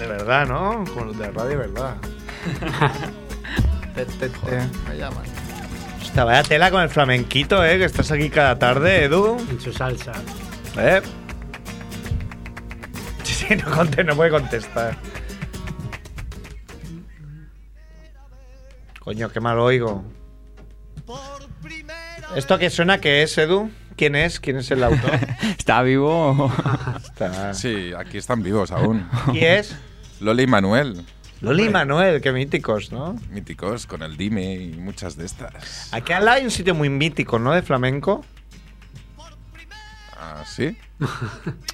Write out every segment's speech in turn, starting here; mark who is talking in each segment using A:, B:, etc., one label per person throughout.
A: verdad, ¿no? Con los de la radio de verdad. Te, te, te.
B: Me llaman.
A: Hostia, vaya tela con el flamenquito, ¿eh? Que estás aquí cada tarde, Edu.
C: En su salsa.
A: ¿Eh? Sí, sí, no, conte- no puede contestar. Coño, qué mal oigo. ¿Esto que suena qué es, Edu? ¿Quién es? ¿Quién es el autor?
D: ¿Está vivo?
A: Está-
B: Sí, aquí están vivos aún.
A: ¿Y es?
B: Loli y Manuel,
A: Loli y Manuel, qué míticos, ¿no?
B: míticos, con el Dime y muchas de estas.
A: Aquí al lado hay un sitio muy mítico, ¿no? De flamenco.
B: Ah, ¿sí?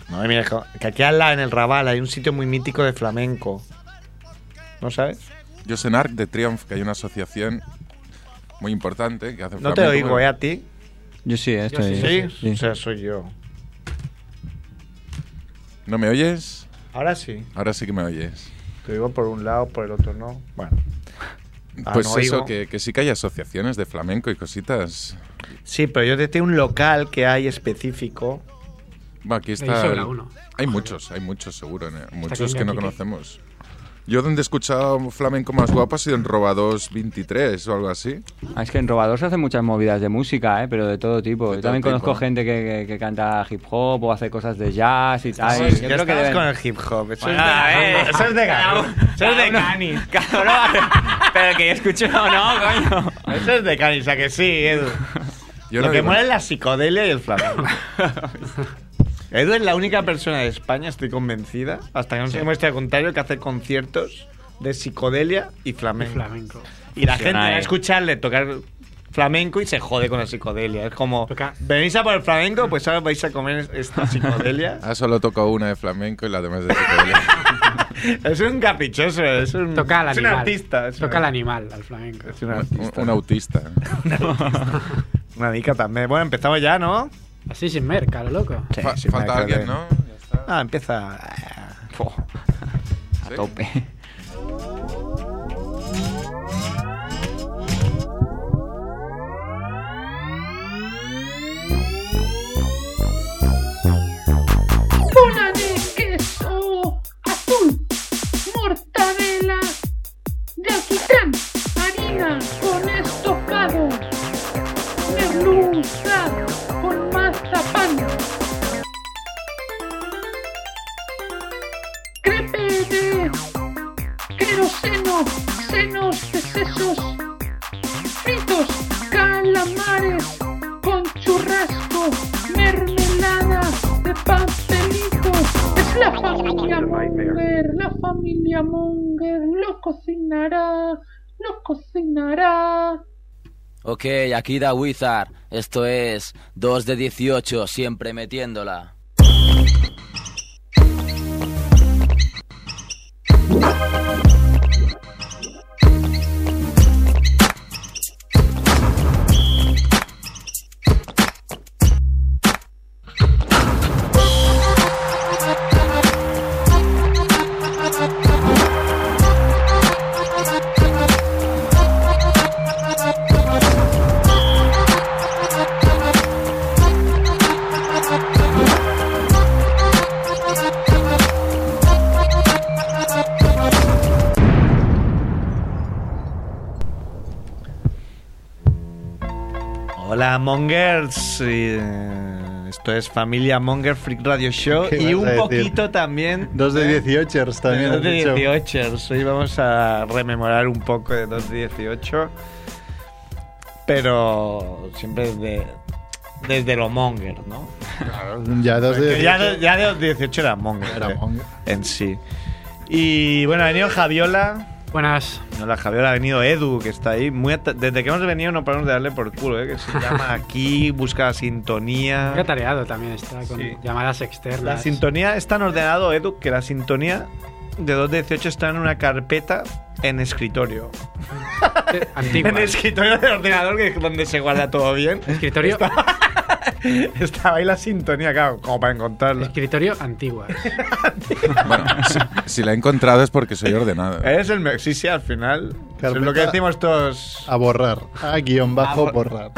A: No, mira, que aquí al lado en el Raval hay un sitio muy mítico de flamenco. ¿No sabes?
B: Yo sé en Arc de Triumph que hay una asociación muy importante que hace
A: No te
B: flamenco.
A: oigo, ¿eh? A ti.
D: Yo sí, eh, estoy.
A: ¿Sí?
D: sí.
A: O sea, soy yo.
B: ¿No me oyes?
A: Ahora sí.
B: Ahora sí que me oyes.
A: Te digo por un lado, por el otro no. Bueno. Ah,
B: pues
A: no
B: eso,
A: oigo.
B: que, que sí que hay asociaciones de flamenco y cositas.
A: Sí, pero yo te tengo un local que hay específico.
B: Bueno, aquí
C: Ahí
B: está.
C: sobra
B: el-
C: uno.
B: Hay muchos, hay muchos seguro, ¿no? muchos
C: aquí
B: que no
C: Iñaki.
B: conocemos. Yo donde he escuchado flamenco más guapo ha sido en Robados 23 o algo así.
D: Ah, es que en Robador se hacen muchas movidas de música, eh, pero de todo tipo.
B: De
D: Yo
B: todo
D: también conozco
B: tipo.
D: gente que, que- que canta hip hop o hace cosas de jazz y tal.
A: Sí,
D: Yo
A: ya
D: creo que
A: estamos
D: deben-
A: con el hip hop. Eso
D: Bueno, a
A: es de
D: ver.
A: Gani. Eso es de Gani.
D: Eso es de Cani. pero que yo escucho, no, coño.
A: Eso es de Cani, o sea que sí, Edu.
B: Yo
A: Lo
B: no
A: que
B: digo-
A: mola es la psicodelia y el flamenco. Edu es la única persona de España, estoy convencida, hasta que no se muestre el contrario, que hace conciertos de psicodelia y
C: El
A: flamenco.
C: flamenco.
A: Y la
D: Funciona,
A: gente va a
D: eh.
A: escucharle tocar flamenco y se jode con la psicodelia. Es como,
C: Toca-
A: venís a por el flamenco, pues ahora vais a comer esta psicodelia.
B: Ah, solo toco una de flamenco y las demás de psicodelia.
A: es un caprichoso, es un,
C: Toca al
A: es
C: animal.
A: un artista. Es
C: Toca
A: un-
C: al animal, al flamenco.
A: Es un
B: un,
A: artista.
B: un autista.
A: Una dica también. Bueno, empezamos ya, ¿no?
C: Así sin merca, lo loco.
A: Sí,
B: Fa-
A: sí,
B: falta
A: me
B: alguien,
A: acordé.
B: ¿no? Ya está.
A: Ah, empieza.
D: Fo, A
B: ¿Sí?
D: tope.
E: bola de queso azul, mortadela de alquitrán, harina con estocado, merluza con mazapán, crepe de queroseno, senos de sesos, fritos, calamares con churrasco, mermelada de pastelito. Es la familia Munger, la familia Munger lo cocinará, lo cocinará.
F: Ok, aquí da Wizard. Esto es 2 de 18, siempre metiéndola.
A: Hola, Mongers. Y, eh, Esto es Familia Monger Freak Radio Show.
G: ¿Qué
A: Y
G: vas
A: un
G: a decir?
A: poquito también. ¿eh?
G: Dos de 18 también.
A: de
G: has dicho.
A: 18. Hoy vamos a rememorar un poco de 2 de 18. Pero siempre desde, desde lo Monger, ¿no?
G: Ya dos de
A: Que ya,
G: 18.
A: de- ya de los 18 era Monger.
G: Era
A: eh,
G: monger.
A: En sí. Y bueno, ha venido Javiola.
C: Buenas.
A: Hola Javier, ha venido Edu, que está ahí. Muy at- Desde que hemos venido no paramos de darle por culo, ¿eh? que se llama aquí, busca la
C: Qué
A: sintonía.
C: tareado también está con
A: Sí.
C: llamadas
A: La
C: externas.
A: sintonía es tan ordenado, Edu, que la sintonía de 218 está en una carpeta en escritorio.
C: Eh, Antigua.
A: En el escritorio del ordenador, que es donde se guarda todo bien.
C: Escritorio-
A: Está- Estaba ahí la sintonía, claro, como para encontrarla.
C: Escritorio antiguas.
B: Bueno, si, si la he encontrado es porque soy ordenado.
A: Es el me- sí, sí, al final. Eso es lo que
G: Carpeta-
A: decimos todos.
G: A borrar. A Ah, guión
A: Ah,
G: bajo borrar.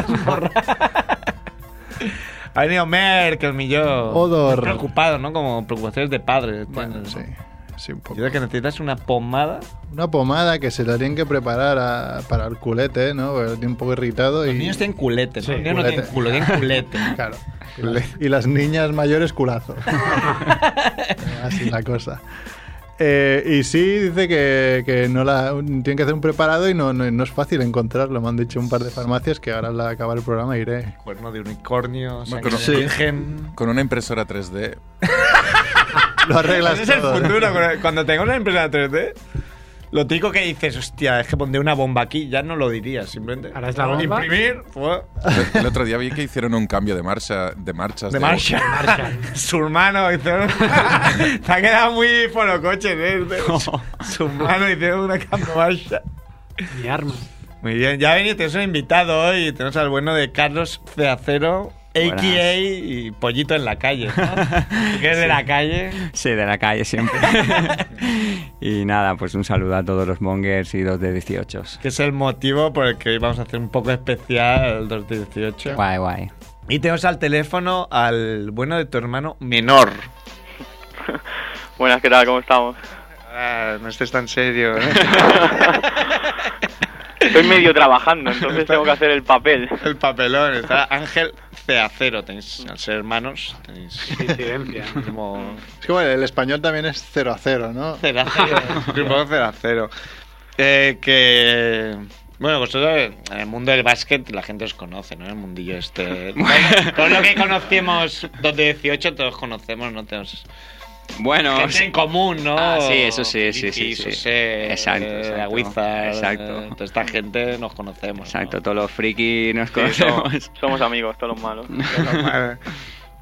A: Ha venido Merkel, mi yo.
G: Odor.
A: Preocupado, ¿no? Como preocupaciones de padres.
G: Bueno,
A: tienen,
G: sí.
A: ¿no?
G: sí, un
A: Yo
G: poco.
A: creo que necesitas una pomada.
G: Una pomada que se la tienen que preparar a- para el culete, ¿no? Porque lo tiene un poco irritado
A: Los
G: y...
A: niños tienen culete, ¿no?
H: Sí,
A: Los niños no
G: culete.
A: tienen culo, tienen culete.
G: Claro. Y las- Y las niñas mayores culazo. Así la cosa. Eh, y sí, dice que, que no la, un- tienen que hacer un preparado y no, no, no es fácil encontrarlo. Me han dicho un par de farmacias que ahora al acabar el programa iré.
A: Cuerno de unicornio, sangre
B: pero-
A: de
B: Sí.
A: virgen.
B: Con una impresora 3D.
G: Lo arreglas
A: Ese es el
G: todo.
A: futuro. cuando- Cuando tengas una empresa 3D, lo típico que dices, hostia, es que pondré una bomba aquí, ya no lo dirías, simplemente.
H: Ahora es la bomba.
A: Imprimir, fue,
B: El- El otro día vi que hicieron un cambio de marcha, de marchas.
A: de marcha. Su hermano hizo. Te ha quedado muy forocoche, ¿eh? Su hermano hizo una cambio marcha.
H: Mi arma.
A: Muy bien, ya venís, tenemos un invitado hoy. Tenemos al bueno de Carlos Ceacero,
D: Buenas.
A: a.k.a. y Pollito en la calle. ¿no? que es de la calle.
D: Sí, de la calle siempre. y nada, pues un saludo a todos los mongers y dos de 18.
A: Que es el motivo por el que hoy vamos a hacer un poco especial el 2018.
D: Guay, guay.
A: Y tenemos al teléfono al bueno de tu hermano menor.
I: Buenas, ¿qué tal? ¿Cómo estamos? Ah,
A: no estés tan serio.
I: ¿eh? Estoy medio trabajando, entonces tengo que hacer el papel.
A: el papelón. Está Ángel Ceacero. Tenéis, al ser hermanos, tenéis
I: ¿eh?
H: Incidencia.
A: como
G: Es que bueno, el español también es cero a cero, ¿no?
A: Ceracero. Supongo Ceracero. Eh, que. Bueno, vosotros en el mundo del básquet la gente os conoce, ¿no? En el mundillo este. Todo lo que conocemos, donde 18 todos conocemos, ¿no? Tenemos
D: Bueno,
A: gente en común, ¿no?
D: Ah, sí, eso sí, sí, sí,
A: Griffiths,
D: sí.
A: Sose,
D: Exacto,
A: eh,
D: exacto.
A: la Wizard,
D: Exacto.
A: eh, toda esta gente nos conocemos.
D: exacto,
A: ¿no?
D: todos los friki nos
I: Sí, somos,
D: conocemos.
I: somos amigos, todos los malos.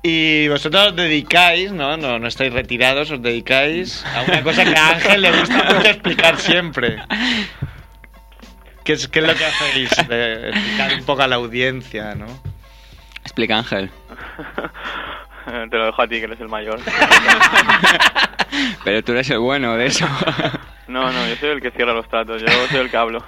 A: Y vosotros os dedicáis, ¿no? ¿no? No estáis retirados, os dedicáis a una cosa que a Ángel le gusta mucho explicar siempre. ¿Qué es, qué es lo que hacéis? De explicar un poco a la audiencia, ¿no?
D: Explica Ángel.
I: Te lo dejo a ti, que eres el mayor.
D: Pero tú eres el bueno de eso.
I: No, no, yo soy el que cierra los tratos, yo soy el que hablo.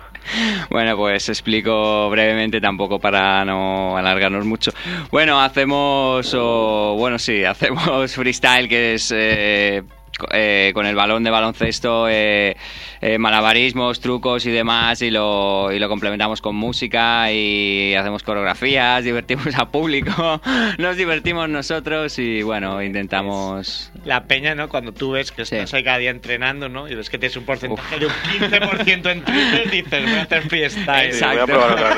D: Bueno, pues explico brevemente, tampoco para no alargarnos mucho. Bueno, hacemos, o, bueno, sí, hacemos freestyle, que es eh, co- eh, con el balón de baloncesto, eh, eh, malabarismos, trucos y demás, y lo, y lo complementamos con música y hacemos coreografías, divertimos al público, nos divertimos nosotros y bueno, intentamos...
A: La peña, ¿no? Cuando tú ves que
D: Sí.
A: estás ahí cada día entrenando, ¿no? Y ves que tienes un porcentaje de un 15% en Twitter, dices, voy a hacer freestyle.
I: Sí, voy a probar otra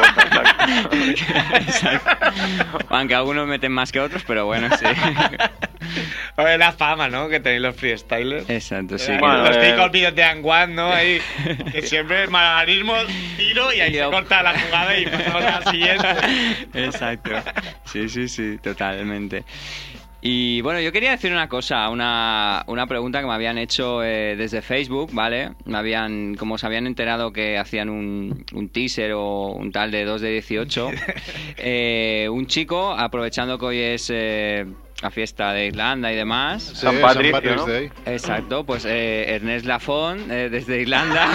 I: cosa. exacto.
D: Exacto. Aunque algunos meten más que otros, pero bueno, sí.
A: A ver, la fama, ¿no? Que tenéis los freestylers.
D: Exacto, sí.
A: Bueno,
I: Bueno,
A: los
I: eh,
A: típicos vídeos de Anguan, ¿no? Ahí, que siempre malabarismo, tiro y ahí se
D: Yo-
A: corta la jugada y pasamos a la siguiente.
D: Exacto. Sí, sí, sí, totalmente. Y bueno, yo quería decir una cosa, una, una pregunta que me habían hecho eh, desde Facebook, ¿vale? Me habían, como se habían enterado que hacían un, un teaser o un tal de 2 de 18, eh, un chico, aprovechando que hoy es eh, la fiesta de Irlanda y demás,
G: Sí,
I: San Patricio, ¿no?
G: Day.
D: Exacto, pues eh, Ernest Lafon, eh, desde Irlanda,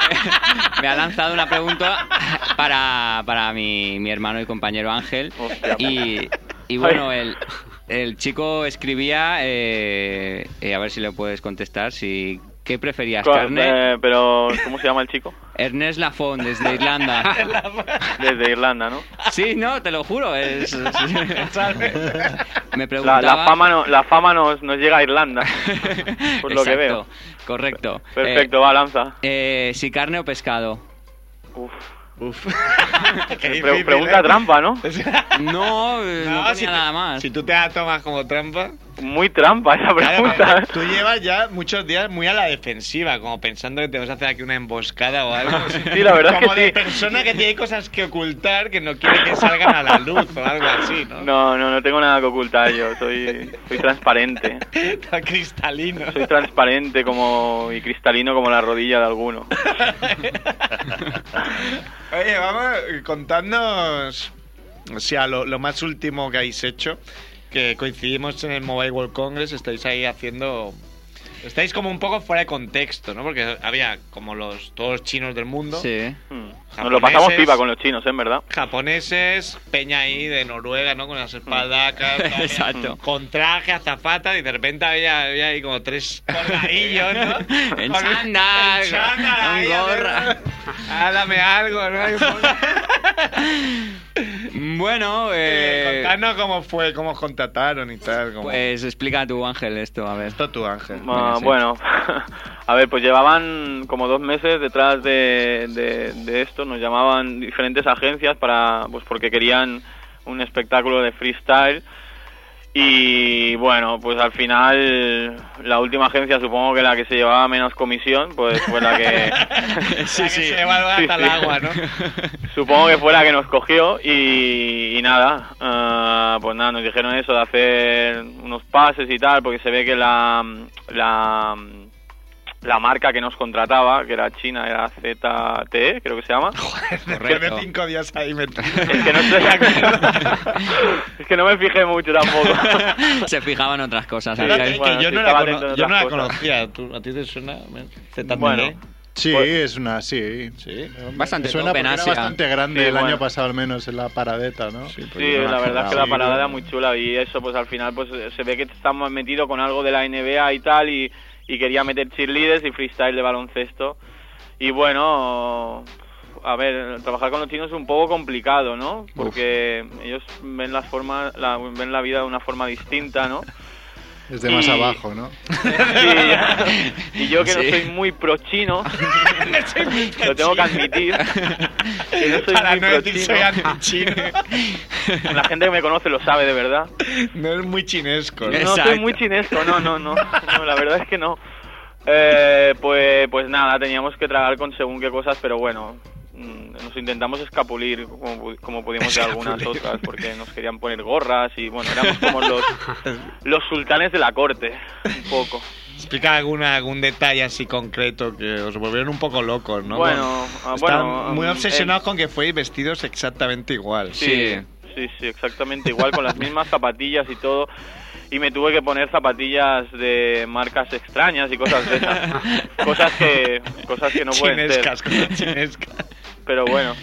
D: me ha lanzado una pregunta para, para mi, mi hermano y compañero Ángel.
I: Hostia, pues.
D: Y, y bueno, el, el chico escribía, eh, eh, a ver si le puedes contestar, si ¿qué preferías,
I: Claro,
D: carne?
I: eh, pero, ¿cómo se llama el chico?
D: Ernest Lafon, desde Irlanda.
I: Desde Irlanda, ¿no?
D: Sí, no, te lo juro. es- me
I: La,
D: preguntaba...
I: la fama, no, la fama nos, nos llega a Irlanda, por lo que
D: Exacto,
I: veo.
D: Correcto. Eh,
I: Perfecto, va, lanza.
D: Eh, si carne o pescado.
I: Uf.
A: Qué
I: Pre-
A: difícil,
I: pregunta
A: ¿eh?
I: trampa, ¿no?
D: No, eh, no, tenía
A: si,
D: nada
A: te,
D: más.
A: si tú te la tomas como trampa,
I: Muy trampa esa
A: claro,
I: pregunta. ¿eh?
A: tú llevas ya muchos días muy a la defensiva, como pensando que te vas a hacer aquí una emboscada o algo.
I: Sí, la verdad
A: como
I: que
A: de
I: sí.
A: persona que tiene cosas que ocultar que no quiere que salgan a la luz o algo así, ¿no?
I: No, no, no tengo nada que ocultar yo, soy, soy transparente.
A: Está cristalino.
I: Soy transparente como y cristalino como la rodilla de alguno.
A: Oye, vamos, eh, contadnos, o sea, lo, lo más último que habéis hecho, que coincidimos en el Mobile World Congress, estáis ahí haciendo... Estáis como un poco fuera de contexto, ¿no? Porque había como los todos los chinos del mundo,
D: Sí.
I: Hmm. Nos lo pasamos pipa con los chinos, ¿eh? en verdad.
A: Japoneses, peña ahí de Noruega, ¿no? Con las espadacas, tal,
D: Exacto.
A: con traje, azafata, y de repente había, había ahí como tres colgadillos, ¿no?
D: En
A: Con-
D: chándal,
A: en chándal,
D: con
A: ahí, a ver,
D: gorra.
A: ah, dame algo, ¿no? Y
D: Bueno, eh,
A: Contanos cómo fue, cómo os contrataron y tal. Cómo...
D: pues explica tú, Ángel, esto, a ver.
A: Esto tu ángel.
D: Venga,
I: Ah,
D: sí.
I: bueno, a ver, pues llevaban como dos meses detrás de, de- de esto, nos llamaban diferentes agencias para, pues porque querían un espectáculo de freestyle y bueno, pues al final la última agencia, supongo que la que se llevaba menos comisión, pues fue la que
A: Sí, sí. se lleva hasta el
I: Sí, sí.
A: agua, ¿no?
I: Supongo que fue la que nos cogió y, y nada, ah, pues nada, nos dijeron eso de hacer unos pases y tal, porque se ve que la, la, la marca que nos contrataba, que era China, era ZTE, creo que se llama.
A: Después de
D: Correcto.
A: cinco días ahí metido.
I: Es que no estoy de acuerdo. Es que no me fijé mucho tampoco.
D: Se fijaban otras cosas.
I: Claro,
D: ¿eh?
I: que-
A: que
I: bueno,
A: yo
I: sí,
A: no la,
I: estaba
A: cono-
I: atento en
A: yo no la
I: otras cosas.
A: conocía. ¿Tú- ¿A ti te ¿eh? suena? ZTE?
I: Bueno.
G: Sí,
I: Pues-
G: es una, sí.
A: Sí.
D: Bastante
G: Suena
D: top
G: porque
D: en
G: era
D: Asia.
G: bastante grande
I: Sí,
G: el
I: bueno.
G: año pasado, al menos, en la paradeta, Pues ¿no?
D: pues
I: Sí, la verdad es que la parada era muy chula y eso, pues al final, pues se ve que estamos metido con algo de la NBA y tal y, y quería meter cheerleaders y freestyle de baloncesto. Y bueno, a ver, trabajar con los chinos es un poco complicado, ¿no? Porque ellos ven las formas, la, ven la vida de una forma distinta, ¿no?
G: Es de más
I: Y-
G: abajo, ¿no?
I: Y, y yo que
D: Sí.
I: no soy muy pro chino, lo tengo que admitir. Que no soy
A: Para
I: muy
A: no
I: pro
A: decir
I: chino.
A: soy antichino.
I: La gente que me conoce lo sabe de verdad.
A: No es muy chinesco. ¿no?
D: Eh.
I: No soy
D: Exacto.
I: muy chinesco, no, no, no, No, la verdad es que no. Eh, pues, pues nada, teníamos que tragar con según qué cosas, pero bueno, mm, nos intentamos escapulir como, pu- como pudimos de algunas otras, porque nos querían poner gorras y bueno, éramos como los, los sultanes de la corte, un poco.
A: Explica alguna, algún detalle así concreto que os volvieron un poco locos, ¿no?
I: Bueno, ah,
A: Están
I: bueno,
A: muy
I: mm,
A: obsesionados
I: eh,
A: con que fuéis vestidos exactamente igual.
D: Sí.
I: Sí, sí, exactamente igual, con las mismas zapatillas y todo. Y me tuve que poner zapatillas de marcas extrañas y cosas de esas. Cosas que, cosas que no pueden ser.
A: chinescas, cosas chinescas.
I: Pero bueno.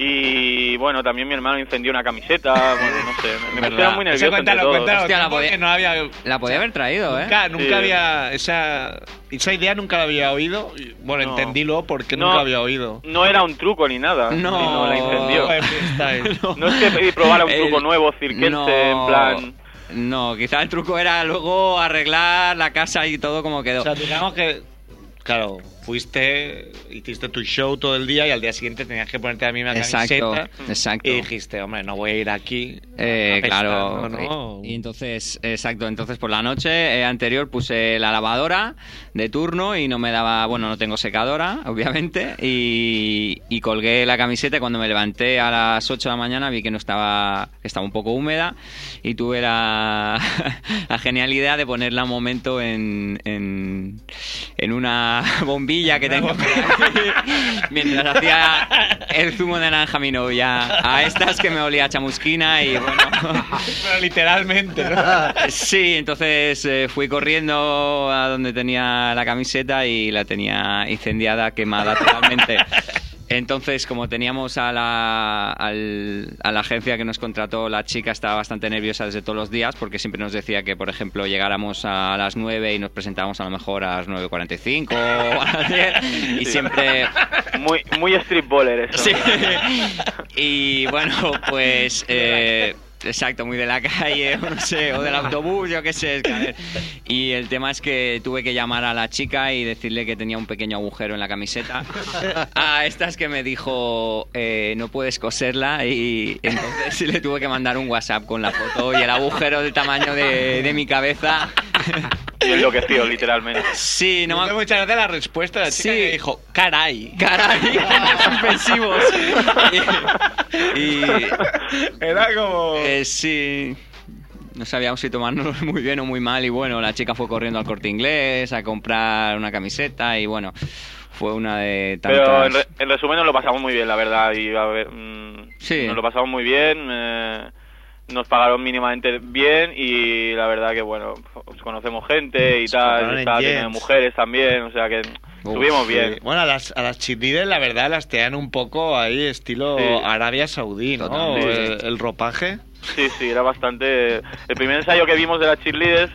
I: Y bueno, también mi hermano incendió una camiseta. Bueno, no sé. Me
D: Verdad.
I: pusieron muy
A: Eso
I: nervioso. entre
A: cuéntalo,
I: todos.
A: cuéntalo.
D: Hostia, la
A: tú, porque
D: podía-
A: no había...
D: La podía haber traído, ¿eh?
A: Nunca, nunca
I: Sí.
A: había esa, esa idea nunca la había oído. Y, Bueno,
I: No.
A: entendí luego porque
I: No.
A: nunca la había oído.
I: No era un truco ni nada.
D: No.
I: sino la incendió.
A: Joder, freestyle.
I: No es que pedí probar un
D: El-
I: truco nuevo, cirquense, en plan.
D: No, quizá el truco era luego arreglar la casa y todo como quedó.
A: O sea, digamos que, claro, fuiste, hiciste tu show todo el día y al día siguiente tenías que ponerte la misma
D: Exacto,
A: camiseta.
D: exacto.
A: Y dijiste, hombre, no voy a ir aquí.
D: Eh, claro,
A: apestando, ¿no?
D: y, y entonces, exacto, entonces por la noche eh, anterior puse la lavadora de turno y no me daba, bueno, no tengo secadora, obviamente, y, y colgué la camiseta y cuando me levanté a las 8 de la mañana vi que no estaba, que estaba un poco húmeda y tuve la, la genial idea de ponerla un momento en, en, en una bombilla que tengo mientras hacía el zumo de naranja mi novia, a estas que me olía a chamusquina y bueno...
A: Pero literalmente, ¿no?
D: Sí, entonces eh, fui corriendo a donde tenía la camiseta y la tenía incendiada, quemada totalmente. Entonces, como teníamos a la, al- a la agencia que nos contrató, la chica estaba bastante nerviosa desde todos los días porque siempre nos decía que, por ejemplo, llegáramos a las 9 y nos presentábamos a lo mejor a las 9.45 o a las 10 y
I: Sí.
D: siempre
I: Muy, muy street baller eso.
D: Sí. Y bueno, pues. eh, Exacto, muy de la calle, o no sé, o del autobús, yo qué sé. es que, a ver. Y el tema es que tuve que llamar a la chica y decirle que tenía un pequeño agujero en la camiseta. A estas que me dijo, eh, no puedes coserla, y entonces le tuve que mandar un WhatsApp con la foto y el agujero del tamaño de, de mi cabeza.
I: Y enloqueció, literalmente.
D: Sí, no me
A: Me hizo
D: acuerdo.
A: muchas gracias la respuesta de la chica
D: Sí.
A: que dijo, caray.
D: Caray, ofensivos. Y- y
A: Era como...
D: Eh, sí. No sabíamos si tomarnos muy bien o muy mal. Y bueno, la chica fue corriendo al corte inglés a comprar una camiseta. Y bueno, fue una de tantas.
I: Pero en, re- en resumen nos lo pasamos muy bien, la verdad. Y a ver, mm,
D: Sí.
I: Nos lo pasamos muy bien. eh, nos pagaron mínimamente bien y la verdad que, bueno, pues, conocemos gente y
A: pagaron
I: tal.
A: en
I: Estaba lleno de
A: yens.
I: mujeres también, o sea que Estuvimos
A: Sí.
I: bien.
A: Bueno, a las, a las cheerleaders, la verdad, las tean un poco ahí, estilo
I: Sí.
A: Arabia Saudí, ¿no?
I: Totalmente.
A: El, el ropaje.
I: Sí, sí, era bastante... El primer ensayo que vimos de las cheerleaders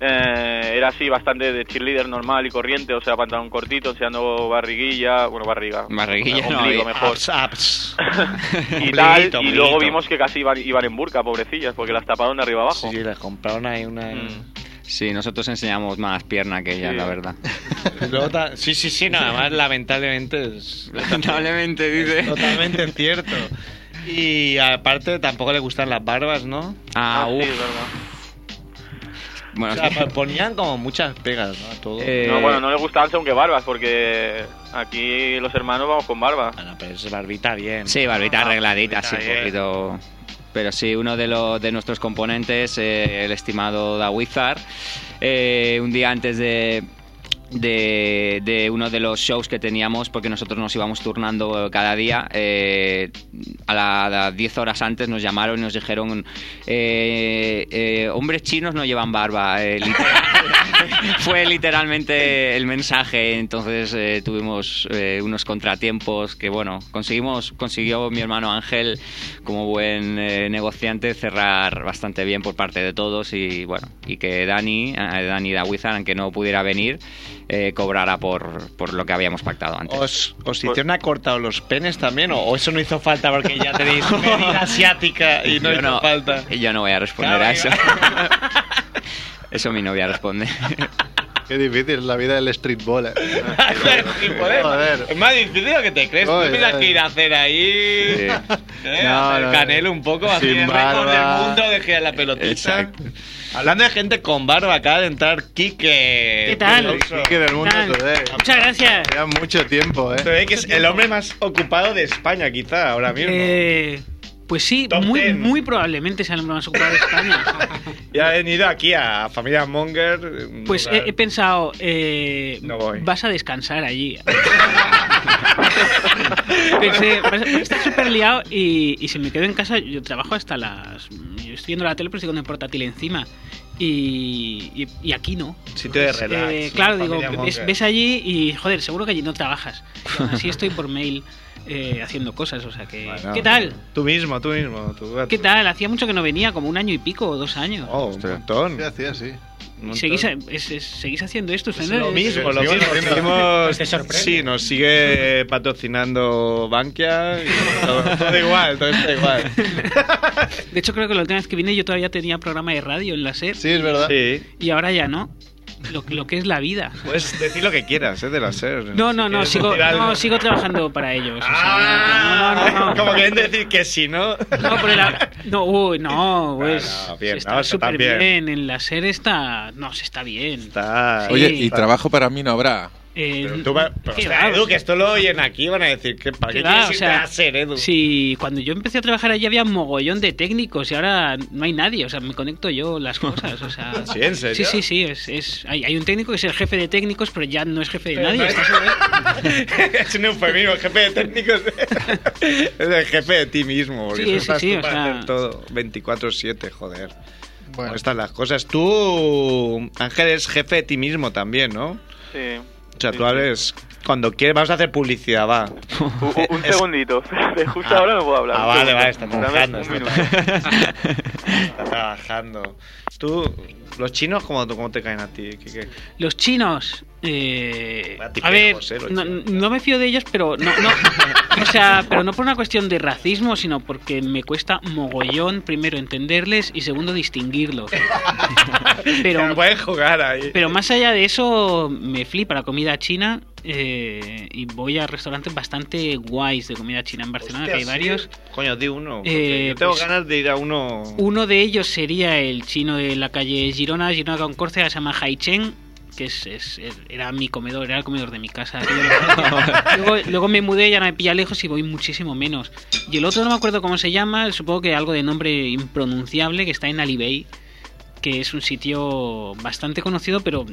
I: eh, era así, bastante de cheerleader normal y corriente, o sea, pantalón cortito, enseñando barriguilla, bueno, barriga.
D: Barriguilla no
I: ombligo
D: había.
I: mejor.
A: eh, Abs, abs.
I: Y tal,
A: Ombliguito,
I: y luego
A: ombliguito.
I: vimos que casi iban, iban en burka, pobrecillas, porque las taparon de arriba
A: Sí,
I: abajo.
A: sí, les compraron ahí una...
I: Mm.
D: Sí, nosotros enseñamos más pierna que ella,
I: Sí.
D: la verdad.
A: Y luego ta- Sí, sí, sí, nada más, lamentablemente es...
D: Lamentablemente, dice.
A: es totalmente cierto. Y aparte tampoco le gustan las barbas, ¿no?
D: Ah,
I: sí,
D: uf.
I: es verdad.
A: O
D: Bueno,
A: sea, pa- ponían como muchas pegas, ¿no? A todo.
D: Eh,
I: No, bueno, no le gustaban según que barbas, porque aquí los hermanos vamos con barba.
A: Bueno, Ah, pero es barbita bien.
D: Sí, barbita
A: Ah,
D: arregladita,
A: barbita
D: así un
A: bien.
D: poquito. Pero sí, uno de, los de nuestros componentes, eh, el estimado Da Wizard, eh, un día antes de, de, de uno de los shows que teníamos, porque nosotros nos íbamos turnando cada día, eh, a la- a las 10 horas antes nos llamaron y nos dijeron, eh, eh, hombres chinos no llevan barba. eh, literal- fue literalmente el mensaje, entonces eh, tuvimos eh, unos contratiempos que, bueno, conseguimos, consiguió mi hermano Ángel, como buen eh, negociante, cerrar bastante bien por parte de todos y, bueno, y que Dani, eh, Dani da Wizard, aunque no pudiera venir, eh, cobrara por, por lo que habíamos pactado antes.
A: ¿Os, os hicieron acortado los penes también? ¿O, o eso no hizo falta porque Pues, ya tenéis medida asiática y no
D: Yo
A: hizo falta?
D: Yo no voy a responder
A: Claro,
D: a eso.
A: venga.
D: eso mi novia responde.
G: Qué difícil es la vida del streetballer. Joder.
A: Joder, es más difícil lo que te crees.
G: Joder.
A: Tú tienes que ir a hacer ahí.
D: Sí.
A: ¿eh?
G: No,
A: hacer
G: no, no.
A: canelo un poco, hacer
G: Sin
A: el récord
G: barba.
A: del mundo de girar la pelotita.
D: Exacto.
A: Hablando de gente con barba, acaba de entrar Quique.
J: ¿Qué tal?
A: Peluso.
G: Que del mundo
J: Tal.
G: today.
J: Muchas gracias.
G: Lleva mucho tiempo,
A: Se
G: ¿eh?
A: ve que es el hombre más ocupado de España, quizá, ahora mismo.
J: Eh, pues sí,
A: Top
J: muy,
A: ten.
J: muy probablemente sea el hombre más ocupado de España.
A: Y ha venido aquí a Familia Monger. un
J: Pues
A: lugar-
J: he, he pensado, eh,
A: No voy.
J: vas a descansar allí. Pensé, vas a estar súper liado y, y si me quedo en casa, yo trabajo hasta las... Yo estoy viendo la tele pero estoy con el portátil encima. Y, y- y aquí no.
A: Sitio de
J: Entonces,
A: relax,
J: eh, claro,
A: familia
J: digo, ves,
A: Monger.
J: ves allí y joder, seguro que allí no trabajas. Y aún así estoy por mail eh, haciendo cosas, o sea que...
A: Bueno.
J: ¿Qué tal?
A: Tú mismo, tú mismo. tú-
J: ¿Qué tal? Hacía mucho que no venía, como un año y pico o dos años.
A: Oh, un montón.
G: Sí, hacía así.
A: un montón.
J: ¿Seguís, es- es- seguís haciendo esto?
A: Es
J: ¿no?
A: Pues lo mismo, lo
G: Seguimos
A: mismo.
G: haciendo.
A: seguimos-
K: Te sorprende.
A: sí, nos sigue patrocinando Bankia. y todo, todo igual, todo está igual.
J: De hecho, creo que la última vez que vine yo todavía tenía programa de radio en la SER
G: Sí, es verdad.
A: Sí.
J: y ahora ya no. Lo, lo que es la vida.
A: Puedes decir lo que quieras, ¿eh? De la SER.
J: No, no,
A: Si
J: no, sigo,
A: quieres decir algo.
J: no, sigo trabajando para ellos. o sea, no,
A: Ah,
J: no, no, no.
A: Como quieren decir que sí,
J: No,
A: ¿no?
J: pero la- no, uy, no, pues
A: no, bien,
J: está
A: no, está
J: súper
A: bien.
J: bien. En la SER está, no, se está bien.
A: Está.
J: Sí.
B: Oye, ¿y trabajo para mí no habrá?
J: Eh,
A: Pero tú va- pero,
J: qué
A: hostia,
J: va,
A: Edu, que esto lo oyen aquí, van a decir que para qué
J: Qué va,
A: quieres
J: o
A: irte
J: sea,
A: a la SER, Edu.
J: Sí, cuando yo empecé a trabajar allí había mogollón de técnicos y ahora no hay nadie, o sea, me conecto yo las cosas, o sea...
A: ¿Sí, en serio?
J: Sí, sí, sí, es, es- hay, hay un técnico que es el jefe de técnicos, pero ya no es jefe de
A: Pero
J: nadie.
A: no
J: está
A: es-
J: solo él.
A: es un eufemismo, el jefe de técnicos es el jefe de ti mismo, porque
J: Sí,
A: eso
J: sí,
A: estás
J: sí,
A: tú
J: o
A: para
J: sea-
A: hacer todo 24-7, joder.
G: Bueno,
A: Bueno, están las cosas. Tú, Ángel, es jefe de ti mismo también, ¿no?
I: Sí.
A: O sea,
I: Sí,
A: tú hables cuando quieres, vamos a hacer publicidad, va.
I: Un, un- un
A: Es-
I: segundito. Justo ahora no puedo hablar.
A: Ah,
I: Un
A: vale,
I: segundo.
A: vale, está
I: Dame
A: trabajando.
I: un
A: Está,
I: minuto.
A: está trabajando. Tú, los chinos, ¿cómo, cómo te caen a ti? ¿Qué- qué?
J: Los chinos... eh,
A: Va, ti
J: a ver,
A: lejos, eh, los
J: no,
A: chinos.
J: no me fío de ellos, pero no, no, o sea, pero no por una cuestión de racismo, sino porque me cuesta mogollón primero entenderles y segundo distinguirlos. Pero
A: Ya, puedes jugar ahí.
J: Pero más allá de eso, me flipa la comida china eh, y voy a restaurantes bastante guays de comida china en Barcelona, que hay
A: Hostia,
J: varios.
A: sí. Coño, di uno.
J: Eh,
A: yo tengo
J: pues-
A: ganas de ir a uno.
J: Uno de ellos sería el chino de la calle Girona, Girona con Córcega, se llama Haichen, que es, es- era mi comedor, era el comedor de mi casa. luego, luego me mudé, ya no me pilla lejos y voy muchísimo menos. Y el otro no me acuerdo cómo se llama, supongo que algo de nombre impronunciable, que está en Alibey, que es un sitio bastante conocido, pero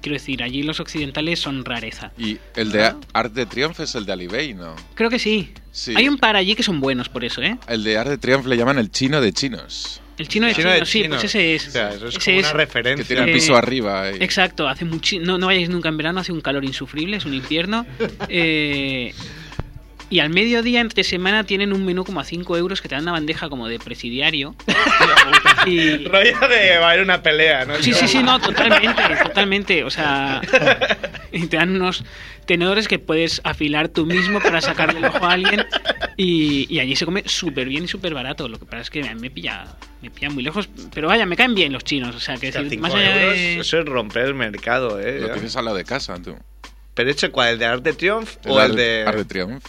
J: quiero decir, allí los occidentales son rareza.
B: Y el de Art de Triunfo es el de Alibey, ¿no?
J: Creo que sí.
B: Sí.
J: Hay un par allí que son buenos por eso, ¿eh?
B: El de Art de Triunfo le llaman el chino de chinos.
J: El chino de
A: Chino
J: chino,
A: de
J: sí,
A: chino.
J: pues ese es.
A: O sea, eso es
J: ese
A: como una
J: es.
A: referencia.
B: Que tiene el
J: Eh,
B: piso arriba. y-
J: Exacto, hace muchi no, no vayáis nunca en verano, hace un calor insufrible, es un infierno. Eh, y al mediodía, entre semana, tienen un menú como a 5 euros que te dan una bandeja como de presidiario. y,
A: Rollo de va a haber una pelea, ¿no?
J: Sí, sí, sí, no, totalmente, totalmente. O sea, y te dan unos tenedores que puedes afilar tú mismo para sacarle el ojo a alguien. Y, y allí se come súper bien y súper barato. Lo que pasa es que a mí me pilla, me pilla muy lejos. Pero vaya, me caen bien los chinos. O sea, que
A: O sea,
J: decir,
A: cinco
J: más allá
A: euros,
J: de.
A: Eso es romper el mercado, ¿eh?
B: Lo
A: Ya.
B: tienes al lado de casa, tú.
A: Pero hecho, ¿cuál? ¿El de Arte Triumph
B: El
A: o el,
B: Ar-
A: de,
B: Arc de Triumph.